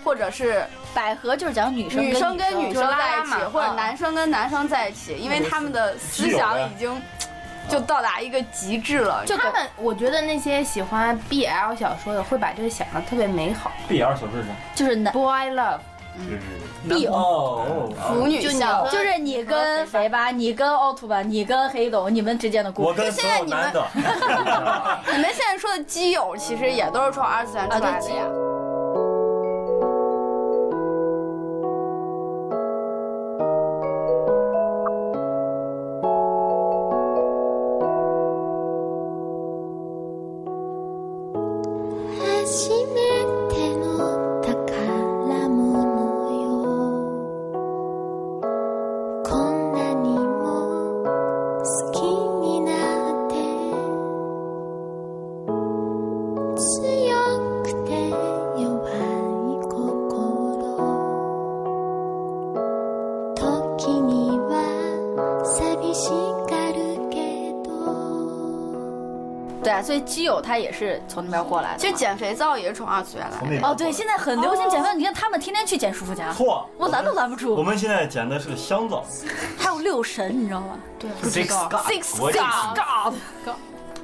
S6: 或者是
S3: 百合就是讲女生
S6: 女生跟女生在一
S5: 就
S6: 起
S5: 拉嘛，
S6: 或者
S3: 嗯
S6: 男生跟男生在一起，因为他们的思想已经就到达一个极致了。
S5: 就他们，我觉得那些喜欢 BL 小说的会把这个想的特别美好
S7: B L 手势上
S3: 就是男
S5: ，boy love，
S1: 就是
S3: 必有。
S7: 哦
S6: 腐女
S5: 就你
S6: 向
S5: 和
S3: 就是你跟肥八，你跟奥特曼，你跟黑斗，你们之间的故
S7: 我
S3: 事。
S7: 跟所有男的，
S6: 你们现在说的基友，其实也都是从二次元出来的呀。
S8: 初めての宝物よこんなにも好きになって強くて
S3: 来，啊所以基友他也是从那边过来的嘛。
S6: 其实减肥皂也是从二次元来
S7: 从
S6: 的。
S7: 那边
S3: 哦，对，现在很流行减肥，你看他们天天去捡舒肤佳，
S7: 错，
S3: 我拦都拦不
S7: 哦 我
S3: 住。
S7: 们现在捡的是香皂，
S3: 还有六神，你知道吗？对，
S7: Six God，我也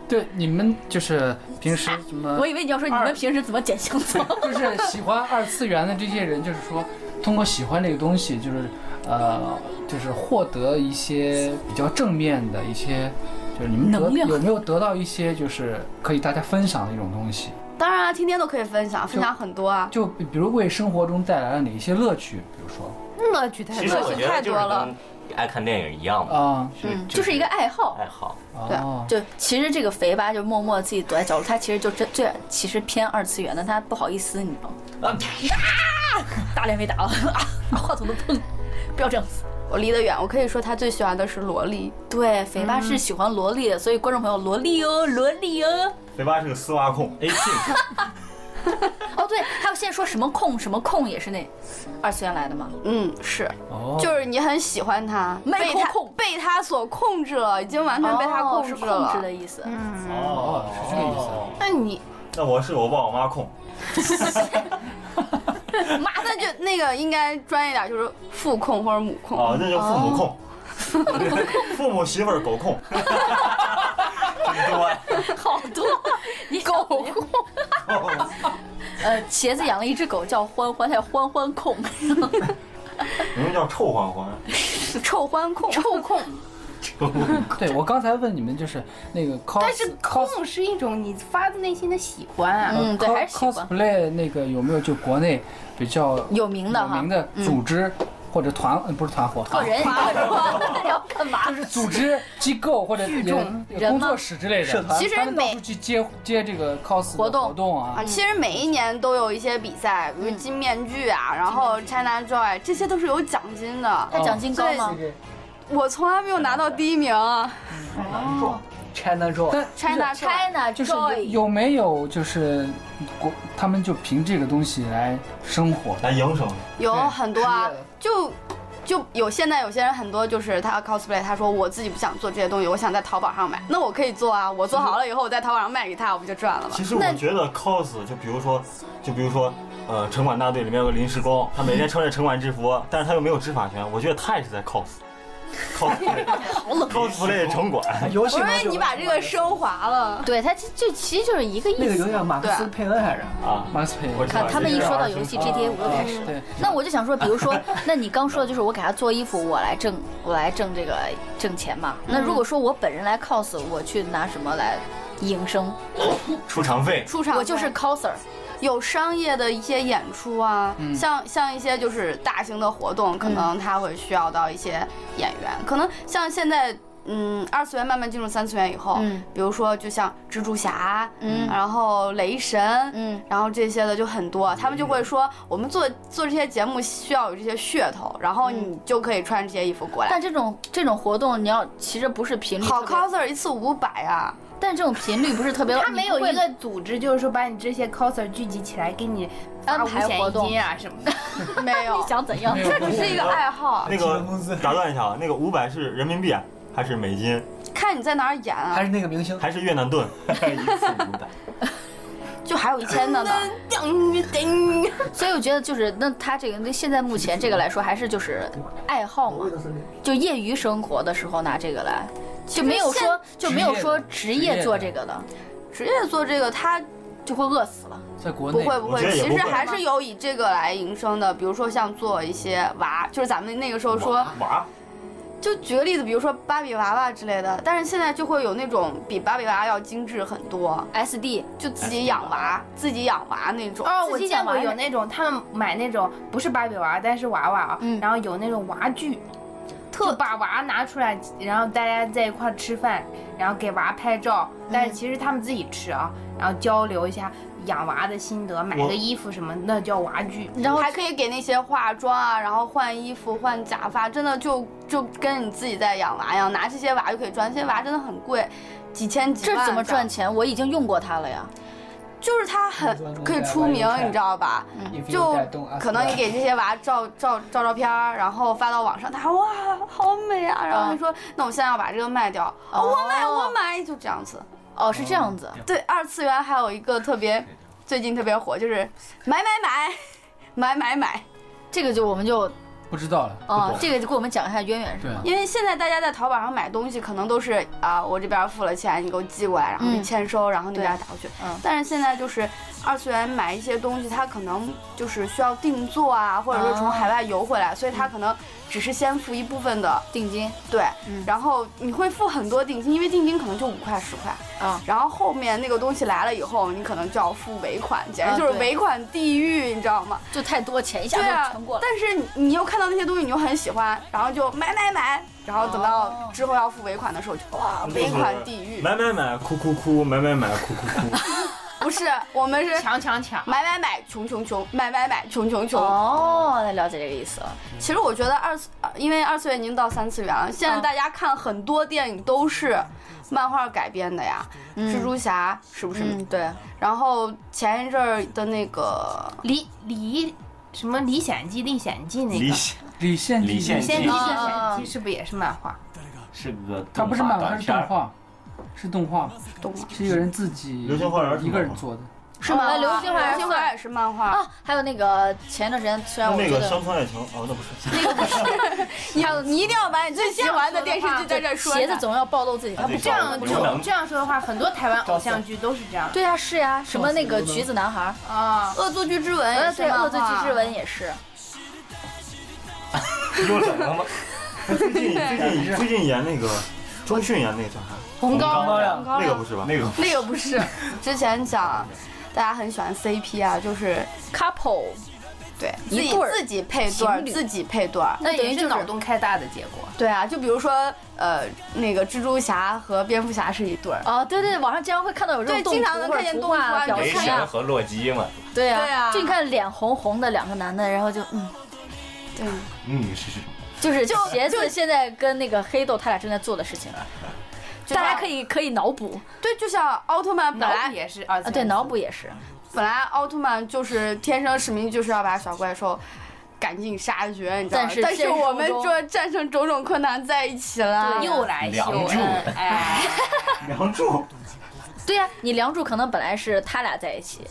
S9: 对，你们就是平时什么
S3: 我，以为你要说你们平时怎么捡香皂。
S9: 就是喜欢二次元的这些人，就是说通过喜欢这个东西，就是呃，就是获得一些比较正面的一些，就是你们得
S3: 能量
S9: 有没有得到一些就是可以大家分享的一种东西？
S6: 当然啊，天天都可以分享，分享很多啊。
S9: 就比如为生活中带来了哪一些乐趣？比如说
S5: 乐趣太
S1: 其
S5: 多
S1: 实
S5: 了
S1: 我。觉得就是
S6: 太多了
S1: 跟爱看电影一样嘛，
S9: 啊，
S1: 就
S3: 嗯就是一个爱好。
S1: 爱好。
S7: 啊
S6: 对
S9: 哦，
S3: 就其实这个肥吧，就默默自己躲在角落，他其实就真最其实偏二次元的，他不好意思，你知道吗？啊！大脸没打了， 啊，话筒都碰， 不要这样子。
S6: 我离得远，我可以说他最喜欢的是萝莉。
S3: 对，肥吧是喜欢萝莉的，所以观众朋友，萝莉哦，萝莉哦。
S7: 肥八是个丝袜控，eighteen，
S3: 哦，对，还有现在说什么控什么控也是那二次元来的嘛。
S6: 嗯，是，
S9: 哦
S6: 就是你很喜欢他，
S3: 没
S6: 被
S3: 空
S6: 他
S3: 控
S6: 被他所控制了，已经完全被他
S3: 哦
S6: 控
S3: 是
S6: 制
S3: 控
S6: 了。
S3: 制的意思。
S9: 哦是这个意思。
S5: 那你
S7: 那我是我爸我妈控，
S6: 妈，那就那个应该专业点，就是父控或者母控。
S9: 哦
S7: 啊，那就父母控，
S3: 哦
S7: 父母媳妇儿狗控， 真多呀！
S3: 好多，你狗控。 呃，茄子养了一只狗叫欢欢，它叫欢欢 控，
S7: 你们叫臭欢 欢，
S6: 臭欢控，臭控，
S9: 对我刚才问你们就是那个 cos，
S5: 但是
S9: cos 呃
S5: 控是一种你发自内心的喜欢啊。
S3: 嗯对
S9: cos-
S3: 还是喜欢
S9: cosplay 那个有没有就国内比较
S3: 有名的
S9: 有
S3: 哈嗯
S9: 名，的组织或者团呃不是团伙，
S3: 个人 你要干嘛？
S9: 就是组织机构或者有
S3: 人
S9: 工
S3: 吗
S9: 作室之类
S7: 社
S9: 的，
S7: 团
S6: 其实
S9: 他们到
S6: 每
S9: 处去接接这个 cos 的
S3: 活动
S9: 活动啊
S6: 啊，，其实每一年都有一些比赛，
S3: 嗯
S6: 比如金面具啊，然后 China Joy，这些都是有奖金的。
S3: 它奖金高吗？
S6: 我从来没有拿到第一名啊。
S3: 嗯
S2: China Joy，
S9: 但
S6: China Joy，
S3: China
S9: 就是有
S3: Joy，
S9: 有没有就是国他们就凭这个东西来生活？
S7: 来营生，
S6: 有
S9: 对
S6: 很多啊
S2: 职业的，
S6: 就就有现在有些人很多就是他 cosplay，他说我自己不想做这些东西，我想在淘宝上买，那我可以做啊，我做好了以后我在淘宝上卖给他，我不就赚了吗
S7: 其？实我觉得 cos 就比如说，就比如说，呃，城管大队里面有个临时工，他每天穿着城管制服，但是他又没有执法权，我觉得他也是在 cos，cosplay，cosplay 城管，
S2: 游戏
S6: 我
S2: 嘛
S6: 认为
S2: 就
S6: 你把这个升华了。
S3: 对它其这其实就是一个
S2: 那个有
S3: 意思。啊
S2: 点马克思佩恩还是？
S7: 啊，
S1: 嗯
S9: 马斯佩啊
S7: 我知道
S3: 看他们一说到游戏
S7: 这是
S3: ，GTA 五都开始。
S9: 嗯对，
S3: 那我就想说，比如说，那你刚说的就是我给他做衣服，我来挣，我来挣这个挣钱嘛。那如果说我本人来 cos，我去拿什么来营生？
S7: 出场费，
S6: 出场
S3: 我就是 coser，
S6: 有商业的一些演出啊，像像一些就是大型的活动，
S3: 嗯
S6: 可能他会需要到一些演员，可能像现在。嗯，二次元慢慢进入三次元以后，
S3: 嗯
S6: 比如说就像蜘蛛侠，
S3: 嗯
S6: 然后雷神，
S3: 嗯
S6: 然后这些的就很多，他们就会说，我们做做这些节目需要有这些噱头，然后你就可以穿这些衣服过来。
S3: 嗯但这种这种活动，你要其实不是频率
S6: 好
S3: 特别
S6: coser 一次五百 啊，
S3: 但这种频率不是特别，
S5: 他
S3: 你
S5: 没
S3: 不
S5: 有
S3: 会
S5: 一个组织，就是说把你这些 coser 聚集起来，给你发
S3: 安
S5: 五
S3: 排
S5: 险
S3: 活
S5: 一
S3: 动
S5: 金啊什么的。
S6: 没有
S3: 你，想怎样
S9: 没？有
S6: 这只是一个爱好，
S7: 那个打断一下啊，那个五百是人民币啊还是美金，
S6: 看你在哪儿演啊
S2: 还，是那个明星？
S7: 还是越 南盾？一次五百，
S6: 就还有一千的呢。
S3: 所以我觉得就是，那他这个那现在目前这个来说，还是就是爱好嘛，就业余生活的时候拿这个来，就没有说就没有说职业做这个的，
S6: 职业做这个，他
S3: 就会饿死了。
S9: 在国
S6: 不
S9: 内
S6: 会不
S7: 我
S6: 会
S7: 觉，得也
S6: 其
S7: 不
S6: 实
S7: 会
S6: 还是有以这个来营生的，比如说像做一些娃，就是咱们那个时候说，
S7: 娃
S6: 就举个例子，比如说芭比娃娃之类的，但是现在就会有那种比芭比娃娃要精致很多，
S3: S D
S6: 就自己养娃，自己养娃那种。
S5: 哦，
S3: 自
S5: 我
S3: 己
S5: 见
S3: 养
S5: 过
S3: 娃
S5: 有
S3: 人
S5: 那种他们买那种不是芭比娃，但是娃娃啊，
S3: 嗯
S5: 然后有那种娃具，特把娃拿出来，然后大家在一块儿吃饭，然后给娃拍照，但是其实他们自己吃啊，然后交流一下养娃的心得，买
S7: 我
S5: 个衣服什么，那叫娃具。
S6: 然后还可以给那些化妆啊，然后换衣服、换假发，真的就就跟你自己在养娃一样，拿这些娃就可以赚，这些娃真的很贵，几千几
S3: 这
S6: 万。
S3: 怎么赚？钱？我已经用过它了呀。
S6: 就是它很可以出名，
S7: 啊
S6: 你知道吧？就
S3: 啊
S6: 可能你
S9: 啊
S6: 给这些娃照照照照片儿，然后发到网上，他说哇好美啊，然后
S3: 啊
S6: 你说那我现在要把这个卖掉，
S3: 哦
S6: 哦我买我买，就这样子。
S3: 哦，是这样子。
S6: 对，二次元还有一个特别最近特别火，就是买买买 买买买，
S3: 这个就我们就
S9: 不知道了。
S3: 啊、这个就给我们讲一下渊源是
S9: 对
S3: 吗？
S9: 啊，
S6: 因为现在大家在淘宝上买东西，可能都是啊，我这边付了钱，你给我寄过来，然后你
S3: 嗯
S6: 签收，然后那边打过去。
S3: 嗯
S6: 但是现在就是二次元买一些东西，它可能就是需要定做啊，或者说
S3: 哦
S6: 从海外邮回来，所以
S3: 嗯
S6: 它可能只是先付一部分的
S3: 定金
S6: 对，
S3: 嗯
S6: 然后你会付很多定金，因为定金可能就五块十块
S3: 啊
S6: 然后后面那个东西来了以后，你可能就要付尾款，简
S3: 啊
S6: 直就是
S3: 对
S6: 尾款地狱，你知道吗？
S3: 就太多，钱一下
S6: 对
S3: 就
S6: 啊
S3: 全过，了。
S6: 但是你你又看到那些东西，你又很喜欢，然后就买买买，然后等到
S3: 哦
S6: 之后要付尾款的时候就，哇，
S7: 就是
S6: 尾款地狱，
S7: 买买买，哭哭哭，买买买，哭哭哭。
S6: 不是，我们是
S5: 抢抢抢！
S6: 买买买，穷穷穷，买买买，穷穷穷。
S3: 哦，那了解这个意思了。
S6: 其实我觉得二次，呃因为二次元已经到三次元了，现在
S3: 嗯
S6: 大家看很多电影都是漫画改编的呀，
S5: 嗯
S6: 蜘蛛侠是不是？
S3: 嗯，对，
S6: 然后前一阵儿的那个，
S5: 李李什么《历险记》《历险记》那个
S1: 李
S5: 《
S1: 现
S9: 李现
S1: 李现
S5: 仙
S6: 嗯
S1: 记
S5: 历
S3: 啊
S5: 险
S3: 啊啊
S5: 记》是不是也是漫画？
S1: 是个
S9: 他
S1: 动
S9: 不是
S1: 画
S9: 漫画，
S1: 短
S9: 是
S1: 片
S9: 动
S1: 儿，
S9: 画，是动画，
S6: 动画
S9: 是一个人自己
S7: 流星花园是
S9: 一个人
S7: 动画
S9: 做的。
S6: 是漫画，
S3: 流星花园
S6: 流星花园也是漫画，
S3: 啊，还有那个前一段时间，虽然我
S7: 那
S3: 觉
S7: 个
S3: 得
S7: 乡村爱情哦，那不是。
S6: 你你一定要把你最喜欢的电视剧在这儿说一下。
S3: 鞋子总要暴露
S7: 啊
S3: 自己，他不
S1: 对
S5: 这样
S1: 刘能
S5: 就这样说的话，很多台湾偶像剧都是这样的
S3: 对啊，是呀、什么那个橘子男孩，
S5: 啊。
S6: 恶作剧之吻也
S3: 呃，
S6: 是啊
S3: 对，
S6: 漫画
S3: 恶作剧之吻也是，
S1: 又怎么了吗？
S7: 最近最近最近演那个周迅演那个叫啥？
S1: 红高粱，
S6: 高
S7: 那
S6: 粱
S7: 个不是吧？
S1: 那个
S6: 那个不是，之前讲大家很喜欢 CP 啊，就是
S3: couple，
S6: 对自
S3: 一
S6: 己
S3: 对儿
S6: 自己配对儿，
S3: 情侣
S6: 自己配对儿。
S3: 那
S5: 那
S3: 等于
S5: 也
S3: 就是
S5: 是脑洞开大的结果。
S6: 对啊，就比如说呃，那个蜘蛛侠和蝙蝠侠是一对儿。
S3: 哦，对对，网上经常会看到有这种
S6: 对
S3: 动
S6: 经常
S3: 图
S6: 能
S3: 或者
S6: 看见
S3: 图
S6: 动
S3: 画
S6: 图啊
S3: 表
S1: 雷
S6: 你就
S3: 示
S6: 看
S1: 神
S3: 啊，
S1: 和洛基嘛，
S3: 对
S6: 对啊
S3: 就你看脸红红的两个男的，然后就嗯，
S6: 对，
S1: 嗯是是，
S3: 就是鞋子现在跟那个黑豆他俩正在做的事情，啊
S6: 就
S3: 大家
S6: 像
S3: 可以可以脑补
S6: 对，就像奥特曼本
S5: 脑补
S6: 来
S5: 也是二
S3: 啊，
S5: 次元
S3: 对，脑补也是，
S6: 本来奥特曼就是天生使命就是要把小怪兽赶尽杀绝，你知道吗
S3: 但是？
S6: 但
S3: 现
S6: 是
S3: 实
S6: 我们
S3: 中
S6: 就战胜种种困难在一起了。
S5: 又来秀
S1: 梁祝
S5: 恩 哎，
S7: 梁祝。
S3: 对呀、你梁祝可能本来是他俩在一起，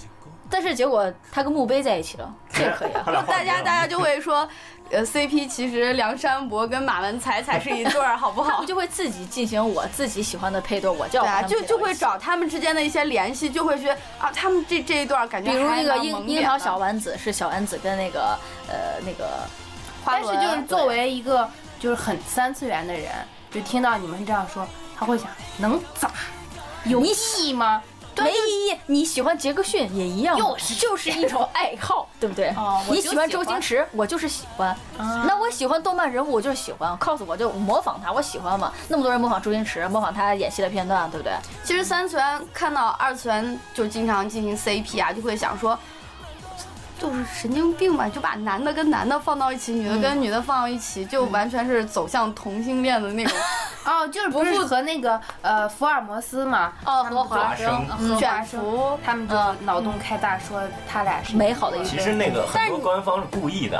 S3: 但是结果他跟墓碑在一起了，这也 可以啊
S7: 他。俩画
S6: 大
S7: 得一
S6: 家
S7: 样
S6: 大家就会说，呃，CP 其实梁山伯跟马文才才是一对儿，好不
S3: 他
S6: 好
S3: 们？就会自己进行我自己喜欢的配对，我就要
S6: 对
S3: 跟他
S6: 啊，
S3: 们
S6: 就
S3: 在一起
S6: 就会找他们之间的一些联系，就会觉得啊，他们这这一段感觉
S3: 比如
S6: 还
S3: 那个
S6: 蛮
S3: 樱
S6: 萌
S3: 樱
S6: 点
S3: 桃
S6: 的
S3: 小丸子是小丸子跟那个呃那个
S6: 花
S5: 但是
S6: 轮，
S5: 就是
S6: 对
S5: 作为一个就是很三次元的人，就听到你们这样说，他会想能咋？有意义吗？
S3: 没意义。你喜欢杰克逊也一样嘛，
S5: 又是
S3: 就是一种爱好，对不对？
S5: 哦我
S3: 你
S5: 就
S3: 喜欢
S5: 喜
S3: 周
S5: 欢
S3: 星驰，我就是喜欢。
S5: 啊
S3: 那我喜欢动漫人物，我就是喜欢，cos 我就模仿他，我喜欢嘛。那么多人模仿周星驰，模仿他演戏的片段，对不对？
S6: 其实三次元看到二次元就经常进行 CP 啊，就会想说，就是神经病吧，就把男的跟男的放到一起，女的跟女的放到一起，就完全是走向同性恋的那种
S5: 哦，就是不是和那个呃福尔摩斯嘛？
S3: 哦
S5: 他们
S3: 和
S5: 就
S3: 华
S1: 生
S5: 和华
S6: 卷
S5: 生
S6: 福。
S5: 他们就脑洞开大，说他俩是
S3: 美好的一
S5: 对
S1: 其实那个很
S3: 但
S1: 多
S3: 你
S1: 官方是故意的，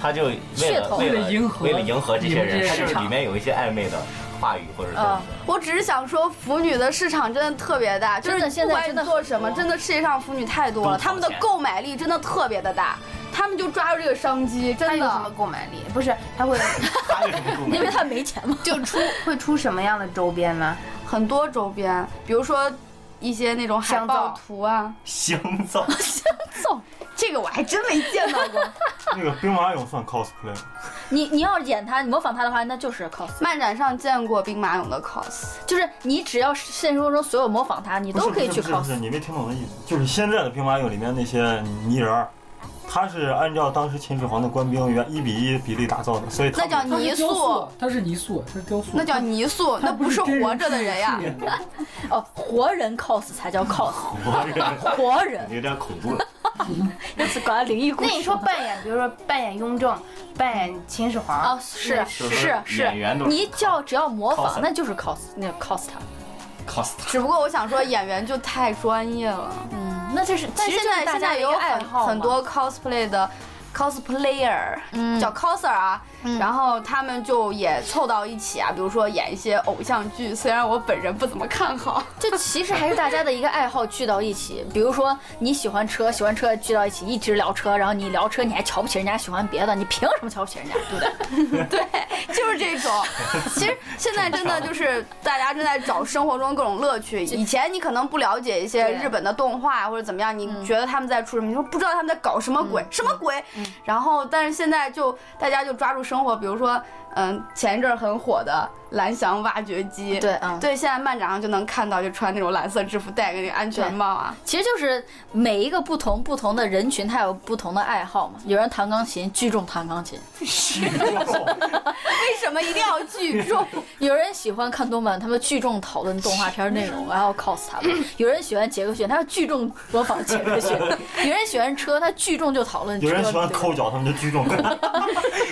S1: 他就为
S3: 噱
S1: 了
S3: 头
S1: 为
S9: 为了迎合
S1: 为了迎合这些
S9: 你们这
S1: 人，
S9: 些
S1: 他就是
S3: 市场
S1: 里面有一些暧昧的话语或者
S3: 嗯
S1: 是
S6: 我只是想说，腐女的市场真的特别大，就
S3: 真的
S6: 是
S3: 现
S6: 不
S3: 在
S6: 管
S3: 真的
S6: 你
S3: 很
S6: 做什么，
S3: 多
S6: 真的世界上腐女太多了，
S1: 都
S6: 他们的
S1: 有钱
S6: 购买力真的特别的大，他们就抓住这个商机，
S5: 他
S6: 真
S5: 有什么
S6: 的。
S5: 购买力？不是，他 会
S1: 他有什么共
S3: 因
S1: 鸣
S3: 为？他没钱嘛。
S5: 就出会出什么样的周边呢？
S6: 很多周边，比如说一些那种海
S5: 香
S6: 报
S5: 皂
S6: 图啊，
S1: 香皂，
S6: 这个我还真没见到过。
S7: 那个兵马俑算 cosplay 吗？
S3: 你你要演他，你模仿他的话，那就是 cos，
S6: 漫展上见过兵马俑的 cos，
S3: 就是你只要是现实生活中所有模仿他，你
S7: 不
S3: 都
S7: 是
S3: 可以去
S7: 不是不是
S3: cos。
S7: 不是，你没听懂我的意思，就是现在的兵马俑里面那些泥人儿，他是按照当时秦始皇的官兵原一比一比例打造的，所以他
S6: 那叫
S9: 它
S6: 泥
S9: 是雕
S6: 塑
S3: 啊
S9: 塑，，它是泥塑，它是雕塑，
S6: 那叫泥塑，
S9: 它
S6: 那不是
S9: 真
S6: 活着的人呀
S9: 是。演的
S3: 哦，活人 cos 才叫 cos，
S1: 活人
S3: 活人，
S1: 有点恐怖了。
S3: 那是管灵异故
S5: 那
S3: 事。
S5: 你说扮演，比如说扮演雍正，扮演秦始皇，
S3: 哦，是
S1: 就是
S3: 是
S1: 演员都，是
S3: 你叫只要模
S1: cos
S3: 仿，那就是 cos，那 cos 他。
S1: cos
S6: 只不过我想说，演员就太专业了。
S3: 嗯，那这是，
S6: 但
S3: 其实
S6: 现
S3: 就
S6: 在
S3: 是大
S6: 现
S3: 家
S6: 在
S3: 的
S6: 也
S3: 一个
S6: 有
S3: 爱
S6: 很
S3: 好嘛
S6: 很多 cosplay 的 cosplayer，、
S3: 嗯
S6: 叫 coser 啊，然后他们就也凑到一起啊，比如说演一些偶像剧，虽然我本人不怎么看好，
S3: 这其实还是大家的一个爱好聚到一起。比如说你喜欢车，喜欢车聚到一起一直聊车，然后你聊车你还瞧不起人家喜欢别的，你凭什么瞧不起人家，对不对？
S6: 就是这种。其实现在真的就是大家正在找生活中各种乐趣。以前你可能不了解一些
S3: 对
S6: 日本的动画或者怎么样，你觉得他们在出什么，你说不知道他们在搞什么鬼，什么鬼。然后，但是现在就大家就抓住生活，比如说，嗯，前一阵儿很火的蓝翔挖掘机，
S3: 对嗯
S6: 对，现在漫展上就能看到，就穿那种蓝色制服，戴个那个安全帽啊，
S3: 其实就是每一个不同不同的人群，他有不同的爱好嘛。有人弹钢琴，聚众弹 钢琴；
S6: 哦为什么一定要聚众？
S3: 有人喜欢看动漫，他们聚众讨论动画片内容，然后 cos 他们；有人喜欢杰克逊，他要聚众模仿杰克逊；有人喜欢车，他聚众就讨论车。
S7: 有人喜欢
S3: 对
S7: 抠脚，他们就聚众抠。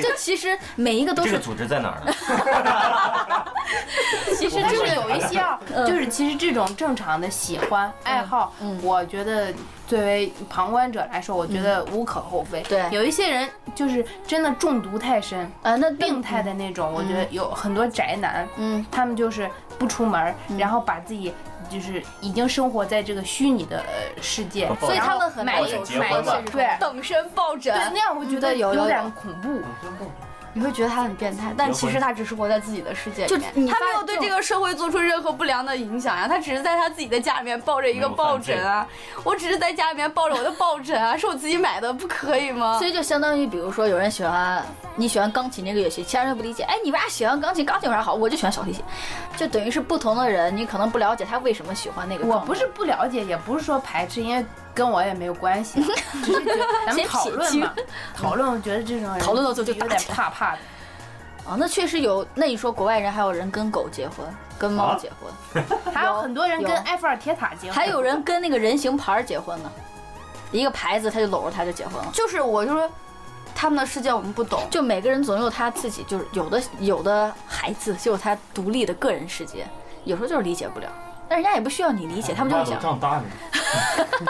S3: 这其实每一个都
S1: 这个
S3: 是
S1: 组织在哪儿呢？
S5: 其实就是有一些啊，
S3: 嗯
S5: 就是其实这种正常的喜欢爱好，我觉得作为旁观者来说，我觉得无可厚非。
S3: 嗯对
S5: 有一些人就是真的中毒太深，
S3: 呃，那
S5: 病态的那种，我觉得有很多宅男，
S3: 嗯，
S5: 他们就是不出门儿，然后把自己。就是已经生活在这个虚拟的呃世界，
S3: 所以他们很
S5: 买
S3: 难
S5: 一
S1: 有
S5: 买
S1: 结
S5: 一
S1: 婚了
S5: 些对
S6: 等身抱枕
S5: 对，那样我觉得
S3: 嗯有有
S5: 有
S3: 有
S5: 点恐怖。
S6: 你会觉得他很变态，但其实他只是活在自己的世界里
S3: 就
S6: 面，
S3: 你
S6: 他
S3: 发
S6: 没有对这个社会做出任何不良的影响呀、他只是在他自己的家里面抱着一个抱枕啊，我只是在家里面抱着我的抱枕啊，是我自己买的，不可以吗
S3: 所？以就相当于，比如说有人喜欢你喜欢钢琴这个乐器，其他人不理解，哎，你为啥喜欢钢琴？钢琴有啥好？我就喜欢小提琴，就等于是不同的人，你可能不了解他为什么喜欢那个。
S5: 我不是，不了解，也不是说排斥，因为跟我也没有 关系啊，只是觉得咱们
S3: 先
S5: 讨论嘛，讨论，我觉得这种人
S3: 讨论到最后就
S5: 有
S3: 打
S5: 点
S3: 起来
S5: 怕怕的。
S3: 啊，那确实有。那你说国外人还有人跟狗结婚，跟猫结婚，
S5: 还有很多人跟
S3: 有
S5: 埃菲尔铁塔结婚，
S3: 还 有人跟那个人形牌儿结婚呢，一个牌子他就搂着他就结婚了。
S6: 就是我就说，他们的世界我们不懂，
S3: 就每个人总有他自己，就是有的有的孩子就有他独立的个人世界，有时候就是理解不了，但人家也不需要你理
S5: 嗯
S3: 解，他们就会
S7: 妈
S3: 想
S7: 都这样搭你，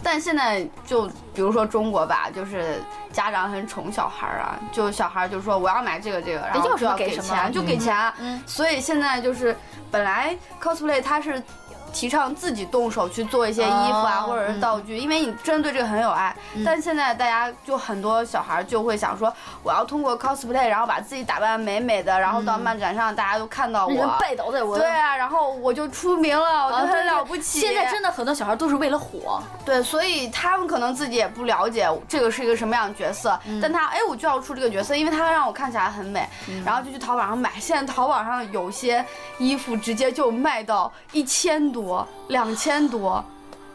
S6: 但现在就比如说中国吧，就是家长很宠小孩儿啊，就小孩儿就说我要买这个这个，然后
S3: 哎要
S6: 就
S3: 什么
S6: 要
S3: 给
S6: 给
S3: 什么
S6: 钱，就给钱啊。
S3: 嗯
S6: 所以现在就是本来 cosplay 它是提倡自己动手去做一些衣服啊，
S3: 哦嗯
S6: 或者是道具，因为你真的对这个很有爱。但现在大家就很多小孩儿就会想说，我要通过 cosplay，然后把自己打扮美美的，然后到漫展上大家都看
S5: 啊
S6: 到
S3: 那人
S6: 我。
S3: 拜倒在我的
S6: 对啊，然后我就出名了，我
S3: 啊
S6: 就
S3: 对
S6: 很
S3: 对
S6: 了不起。
S3: 现在真的很多小孩都是为了火，
S6: 对，所以他们可能自己也不了解这个是一个什么样的角色，
S3: 嗯
S6: 但他哎，我就要出这个角色，因为他让我看起来很美，
S3: 嗯
S6: 然后就去淘宝上买。现在淘宝上有些衣服直接就卖到一千多、两千多，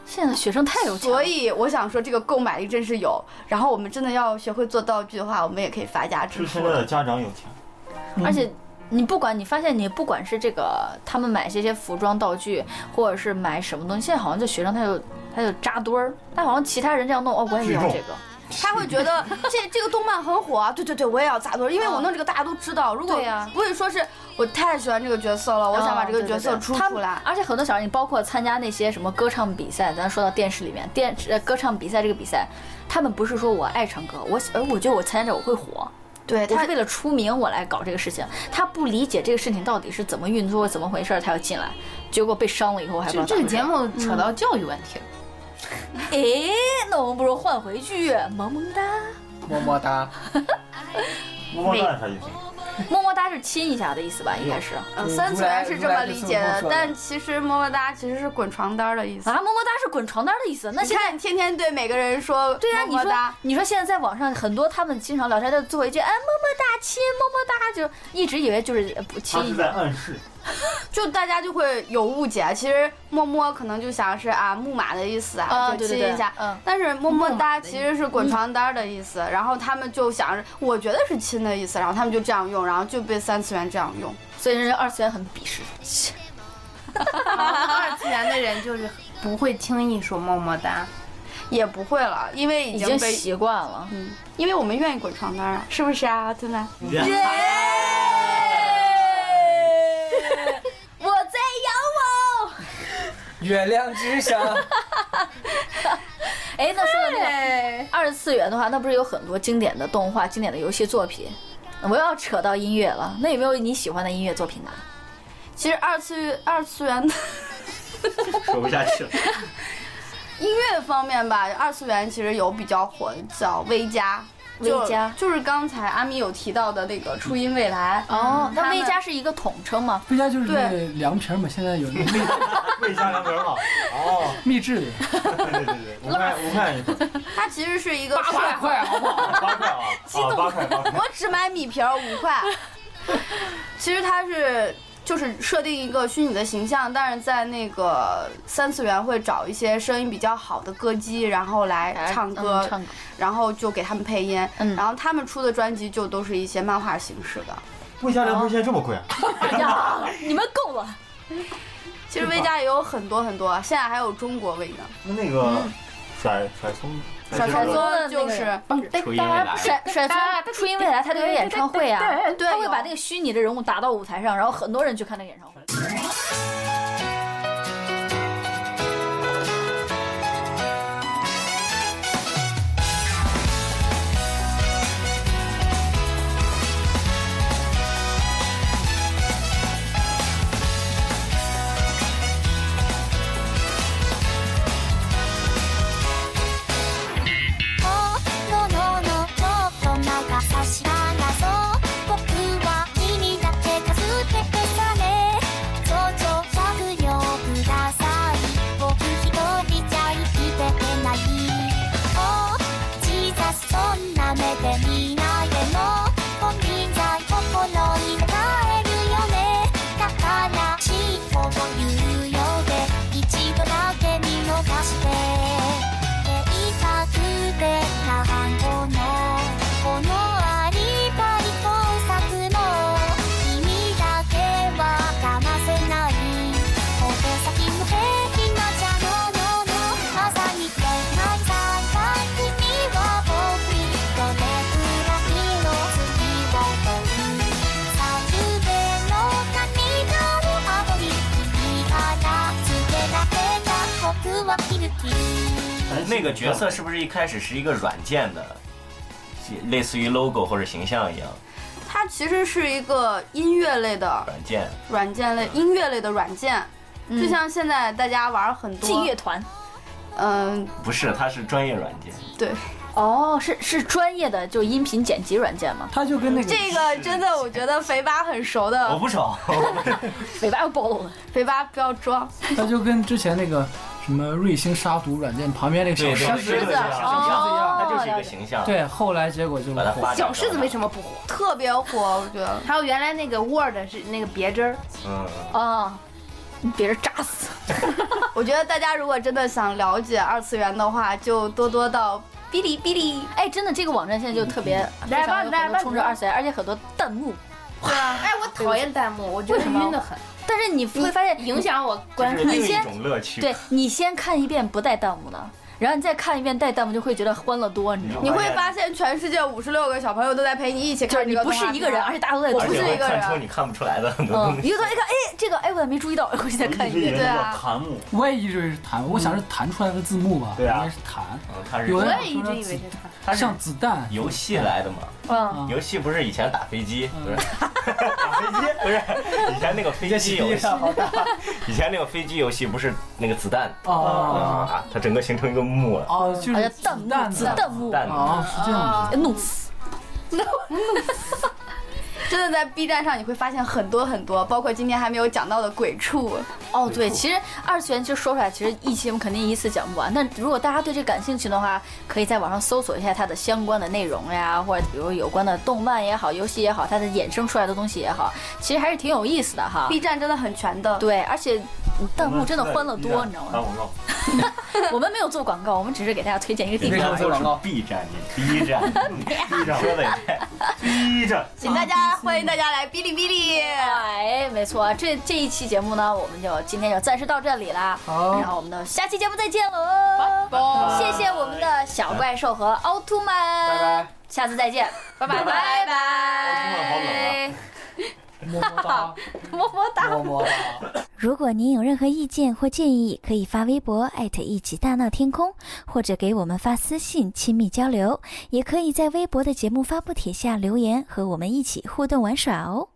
S3: 现在的学生太有钱了，
S6: 所以我想说这个购买力真是有。然后我们真的要学会做道具的话，我们也可以发家致
S7: 是
S6: 富
S7: 现在
S6: 了。
S7: 的家长有钱，
S3: 而且。你不管你发现你不管是这个他们买这些服装道具，或者是买什么东西，现在好像就学生他就他就扎堆儿，他好像其他人这样弄哦，我也要这个，
S6: 他会觉得这这个动漫很火啊，对对对，我也要扎堆儿，因为我弄这个大家都知道。如果
S3: 啊对啊呀
S6: 不会说是我太喜欢这个角色了，我想把这个角色出
S3: 他
S6: 出
S3: 们
S6: 来。
S3: 而且很多小孩，你包括参加那些什么歌唱比赛，咱说到电视里面，电呃歌唱比赛这个比赛，他们不是说我爱唱歌，我而我觉得我参加这我会火，
S6: 对
S3: 我
S6: 他
S3: 是为了出名我来搞这个事情。他不理解这个事情到底是怎么运作、怎么回事儿，他要进来，结果被伤了以后还不知
S5: 就
S3: 道咋
S5: 这
S3: 回
S5: 个
S3: 事
S5: 节
S3: 儿。
S5: 目扯到教育问题了。
S3: 哎，嗯那我们不如换回句萌萌哒，
S2: 么么哒，
S7: 窝窝蛋啥意思？
S3: 么么哒是亲一下的意思吧？应该是啊，
S6: 嗯，
S2: 对
S6: 三
S2: 如
S6: 次元
S2: 来
S6: 是
S2: 如
S6: 这
S2: 来是
S6: 么
S2: 这
S6: 理
S2: 么
S6: 解
S2: 跟我
S6: 的，
S2: 说的
S6: 但其实么么哒其实是滚床单儿的意思。
S3: 么么哒是滚床单的意思。那
S6: 你
S3: 啊 现在
S6: 看，天天对每个人说
S3: 对呀、
S6: 么么哒，
S3: 你说你说现在在网上很多他们经常聊天，就最后一句哎么么哒亲么么哒，就一直以为就是呃不亲
S7: 他是在暗示，
S6: 就大家就会有误解。啊其实么么可能就想是啊木马的意思
S3: 啊
S6: 啊，就
S3: 对对
S6: 亲
S3: 对
S6: 一下
S3: 嗯。
S6: 但是么么
S5: 木
S6: 哒
S5: 马的意思
S6: 其实是滚床单儿的意思，然后他们就想着我觉得是亲的意思，然后他们就这样用，然后就被三次元这样用。
S3: 所以人家二次元很鄙视。切
S5: 二次元的人就是不会轻易说么么哒，
S6: 也不会了，因为已
S3: 已
S6: 经
S3: 经
S6: 被，
S3: 习惯了，
S6: 因为我们愿意滚床单儿啊，是不是啊，对吗？
S3: 我在养我。
S2: 月亮之上，
S3: 哎，那说到那个二次元的话，那不是有很多经典的动画、经典的游戏作品？我又要扯到音乐了，那有没有你喜欢的音乐作品呢？
S6: 其实二次二次元的
S1: 说不下去了。
S6: 音乐方面吧，二次元其实有比较火的叫微加。就
S3: V 加
S6: 就是刚才阿米有提到的那个初音未来，
S3: 哦，
S6: 他
S3: 那
S6: 们
S3: V 加是一个统称吗？
S9: 不加就是那个凉皮儿嘛，现在有那个秘
S7: 魏家凉皮儿嘛。哦，
S9: 秘制的，
S7: 对对对对，五块五块一份，
S6: 它其实是一个
S9: 八百块好不好？
S7: 八块啊，啊八块八块。
S6: 我只买米皮儿五 块。其实它是就是设定一个虚拟的形象，但是在那个三次元会找一些声音比较好的歌姬，然后来哎唱歌，
S3: 嗯唱歌。
S6: 然后就给他们配音。
S3: 嗯
S6: 然后他们出的专辑就都是一些漫画形式的。
S7: 魏家凉皮儿现在这么贵啊？
S3: 哎呀，你们够了！
S6: 其实微加也有很多很多，现在还有中国味呢。
S7: 那那个甩甩葱，
S6: 甩
S7: 葱
S6: 葱
S7: 歌
S6: 歌就是嗯
S1: 初音未来，
S3: 甩甩葱，初音未来他都有演唱会啊，
S6: 对
S3: 他会把那个虚拟的人物打到舞台上，然后很多人去看那个演唱会。
S8: 「おのののちょっとまがさしながそう」「僕は君だけ助けてたね」「頂上100両ください」「僕一人じゃ生きてけない」「おじいさんそんな目で見ないでも」「本人じゃ心に耐えるよね」「だからしいを言うようで一度だけ見逃して」「計画的な反抗のこのアリバイ工作も」「君だけは騙せない」「小手先の平均なジャノののまさに天満さんが国は僕どれくらいの月を追う」「さゆべの涙をあに君からつけられた僕はキルキル」
S1: 那个角色是不是一开始是一个软件的，类似于 logo 或者形象一样
S6: 它其实是一个音乐类的
S1: 软件？
S6: 软件类，音乐类的软件，就像现在大家玩很多
S3: 嗯劲乐，团
S6: 嗯，
S1: 不是，它是专业软件。
S6: 对，
S3: 哦，是是专业的就音频剪辑软件吗？
S9: 他就跟那个
S6: 这个真的我觉得肥八很熟
S1: 我
S6: 的，
S1: 不熟，
S3: 尾巴又暴露了。
S6: 肥八不要装，
S9: 他就跟之前那个什么瑞星杀毒软件旁边那个小狮
S1: 狮
S9: 子
S1: 子，
S3: 哦
S1: 它就是一个形象。
S9: 对，后来结果就
S1: 把它
S9: 火
S1: 发展
S9: 了。
S5: 小狮子为什么不火？
S6: 特别火，我觉得。
S5: 还有原来那个 Word 是那个别针儿，
S1: 嗯，
S3: 啊，你别人扎死。
S6: 我觉得大家如果真的想了解二次元的话，就多多到哔哩哔哩。
S3: 哎，真的，这个网站现在就特别非
S5: 来吧
S3: 常有
S5: 来
S3: 很
S5: 吧
S3: 多冲着二次元，而且很多弹幕。
S5: 哎，我讨厌弹幕，我觉得
S3: 为什么
S5: 晕得很，
S3: 但是你会发现
S5: 影响我观
S1: 是
S5: 看。
S1: 另一种乐趣。
S3: 对你先看一遍不带弹幕的，然后你再看一遍带弹幕，就会觉得欢乐多，你知道吗？
S6: 你会发现全世界五十六个小朋友都在陪你一起
S3: 就
S6: 嗯看
S3: 是
S6: 这
S3: 你
S6: 个
S3: 不是一个人，而且大家都在
S1: 而
S3: 看
S1: 且
S6: 不是
S1: 会
S6: 一个人
S1: 看出你看不出来的很多
S3: 嗯
S1: 东，西。
S3: 一个东西一看，哎，这个哎，我咋没注意到？回去再看
S7: 一
S3: 一
S7: 直以为
S3: 遍。
S6: 对
S7: 那
S6: 啊
S7: 叫弹幕，
S9: 我也一直以为是弹，我想是弹出来的字幕吧，
S7: 对啊
S9: 应该是弹。
S1: 嗯，它是
S9: 有
S5: 我
S9: 人
S5: 也一直以为是他。
S1: 它是
S9: 像子弹，
S1: 游戏来的嘛？
S3: 嗯，
S9: 啊
S1: 游戏不是以前打飞机，
S9: 嗯
S1: 不是 打飞机，不是以前那个飞机游戏， 以前那个飞机游戏不是那个子弹
S9: 哦
S1: 啊，它整个形成一个幕了，
S9: 哦，就
S5: 哎
S3: 好像
S9: 是
S3: 弹幕
S9: 弹
S3: 子
S9: 的
S3: 弹幕，嗯
S1: 弹
S9: 哦，是这样
S6: 嗯
S9: 子。
S3: 弄死。
S6: 真的在 B 站上你会发现很多很多，包括今天还没有讲到的鬼畜。
S3: 哦，对，其实二次元其实说出来，其实一期我们肯定一次讲不完。但如果大家对这感兴趣的话，可以在网上搜索一下它的相关的内容呀，或者比如有关的动漫也好、游戏也好，它的衍生出来的东西也好，其实还是挺有意思的哈。
S6: B 站真的很全的，
S3: 对，而且弹幕真的欢乐
S7: 我
S3: 多，
S7: 们
S3: 你知道
S7: 打
S1: 啊
S3: 吗？
S7: 广告，
S3: 我们没有做广告，我们只是给大家推荐一个地
S1: 你
S3: 方
S1: 刚
S3: 而
S1: 才
S3: 已。
S1: 说是 B 站，你 B 站，B 站说的也太 B 站，
S6: 请大家欢迎大家来哔哩哔哩。
S3: 哎，没错，这这一期节目呢，我们就今天就暂时到这里啦。
S5: 啊
S9: 好
S3: 然后我们的下期节目再见喽！谢谢我们的小怪兽和奥特曼，
S9: 拜拜，
S3: 下次再见，拜拜拜拜，
S7: 奥特曼好冷啊
S3: 么
S9: 么么哒，
S3: 么哒。
S9: 么么哒。
S10: 如果您有任何意见或建议，可以发微博艾特一起大闹天空，或者给我们发私信亲密交流，也可以在微博的节目发布帖下留言，和我们一起互动玩耍哦。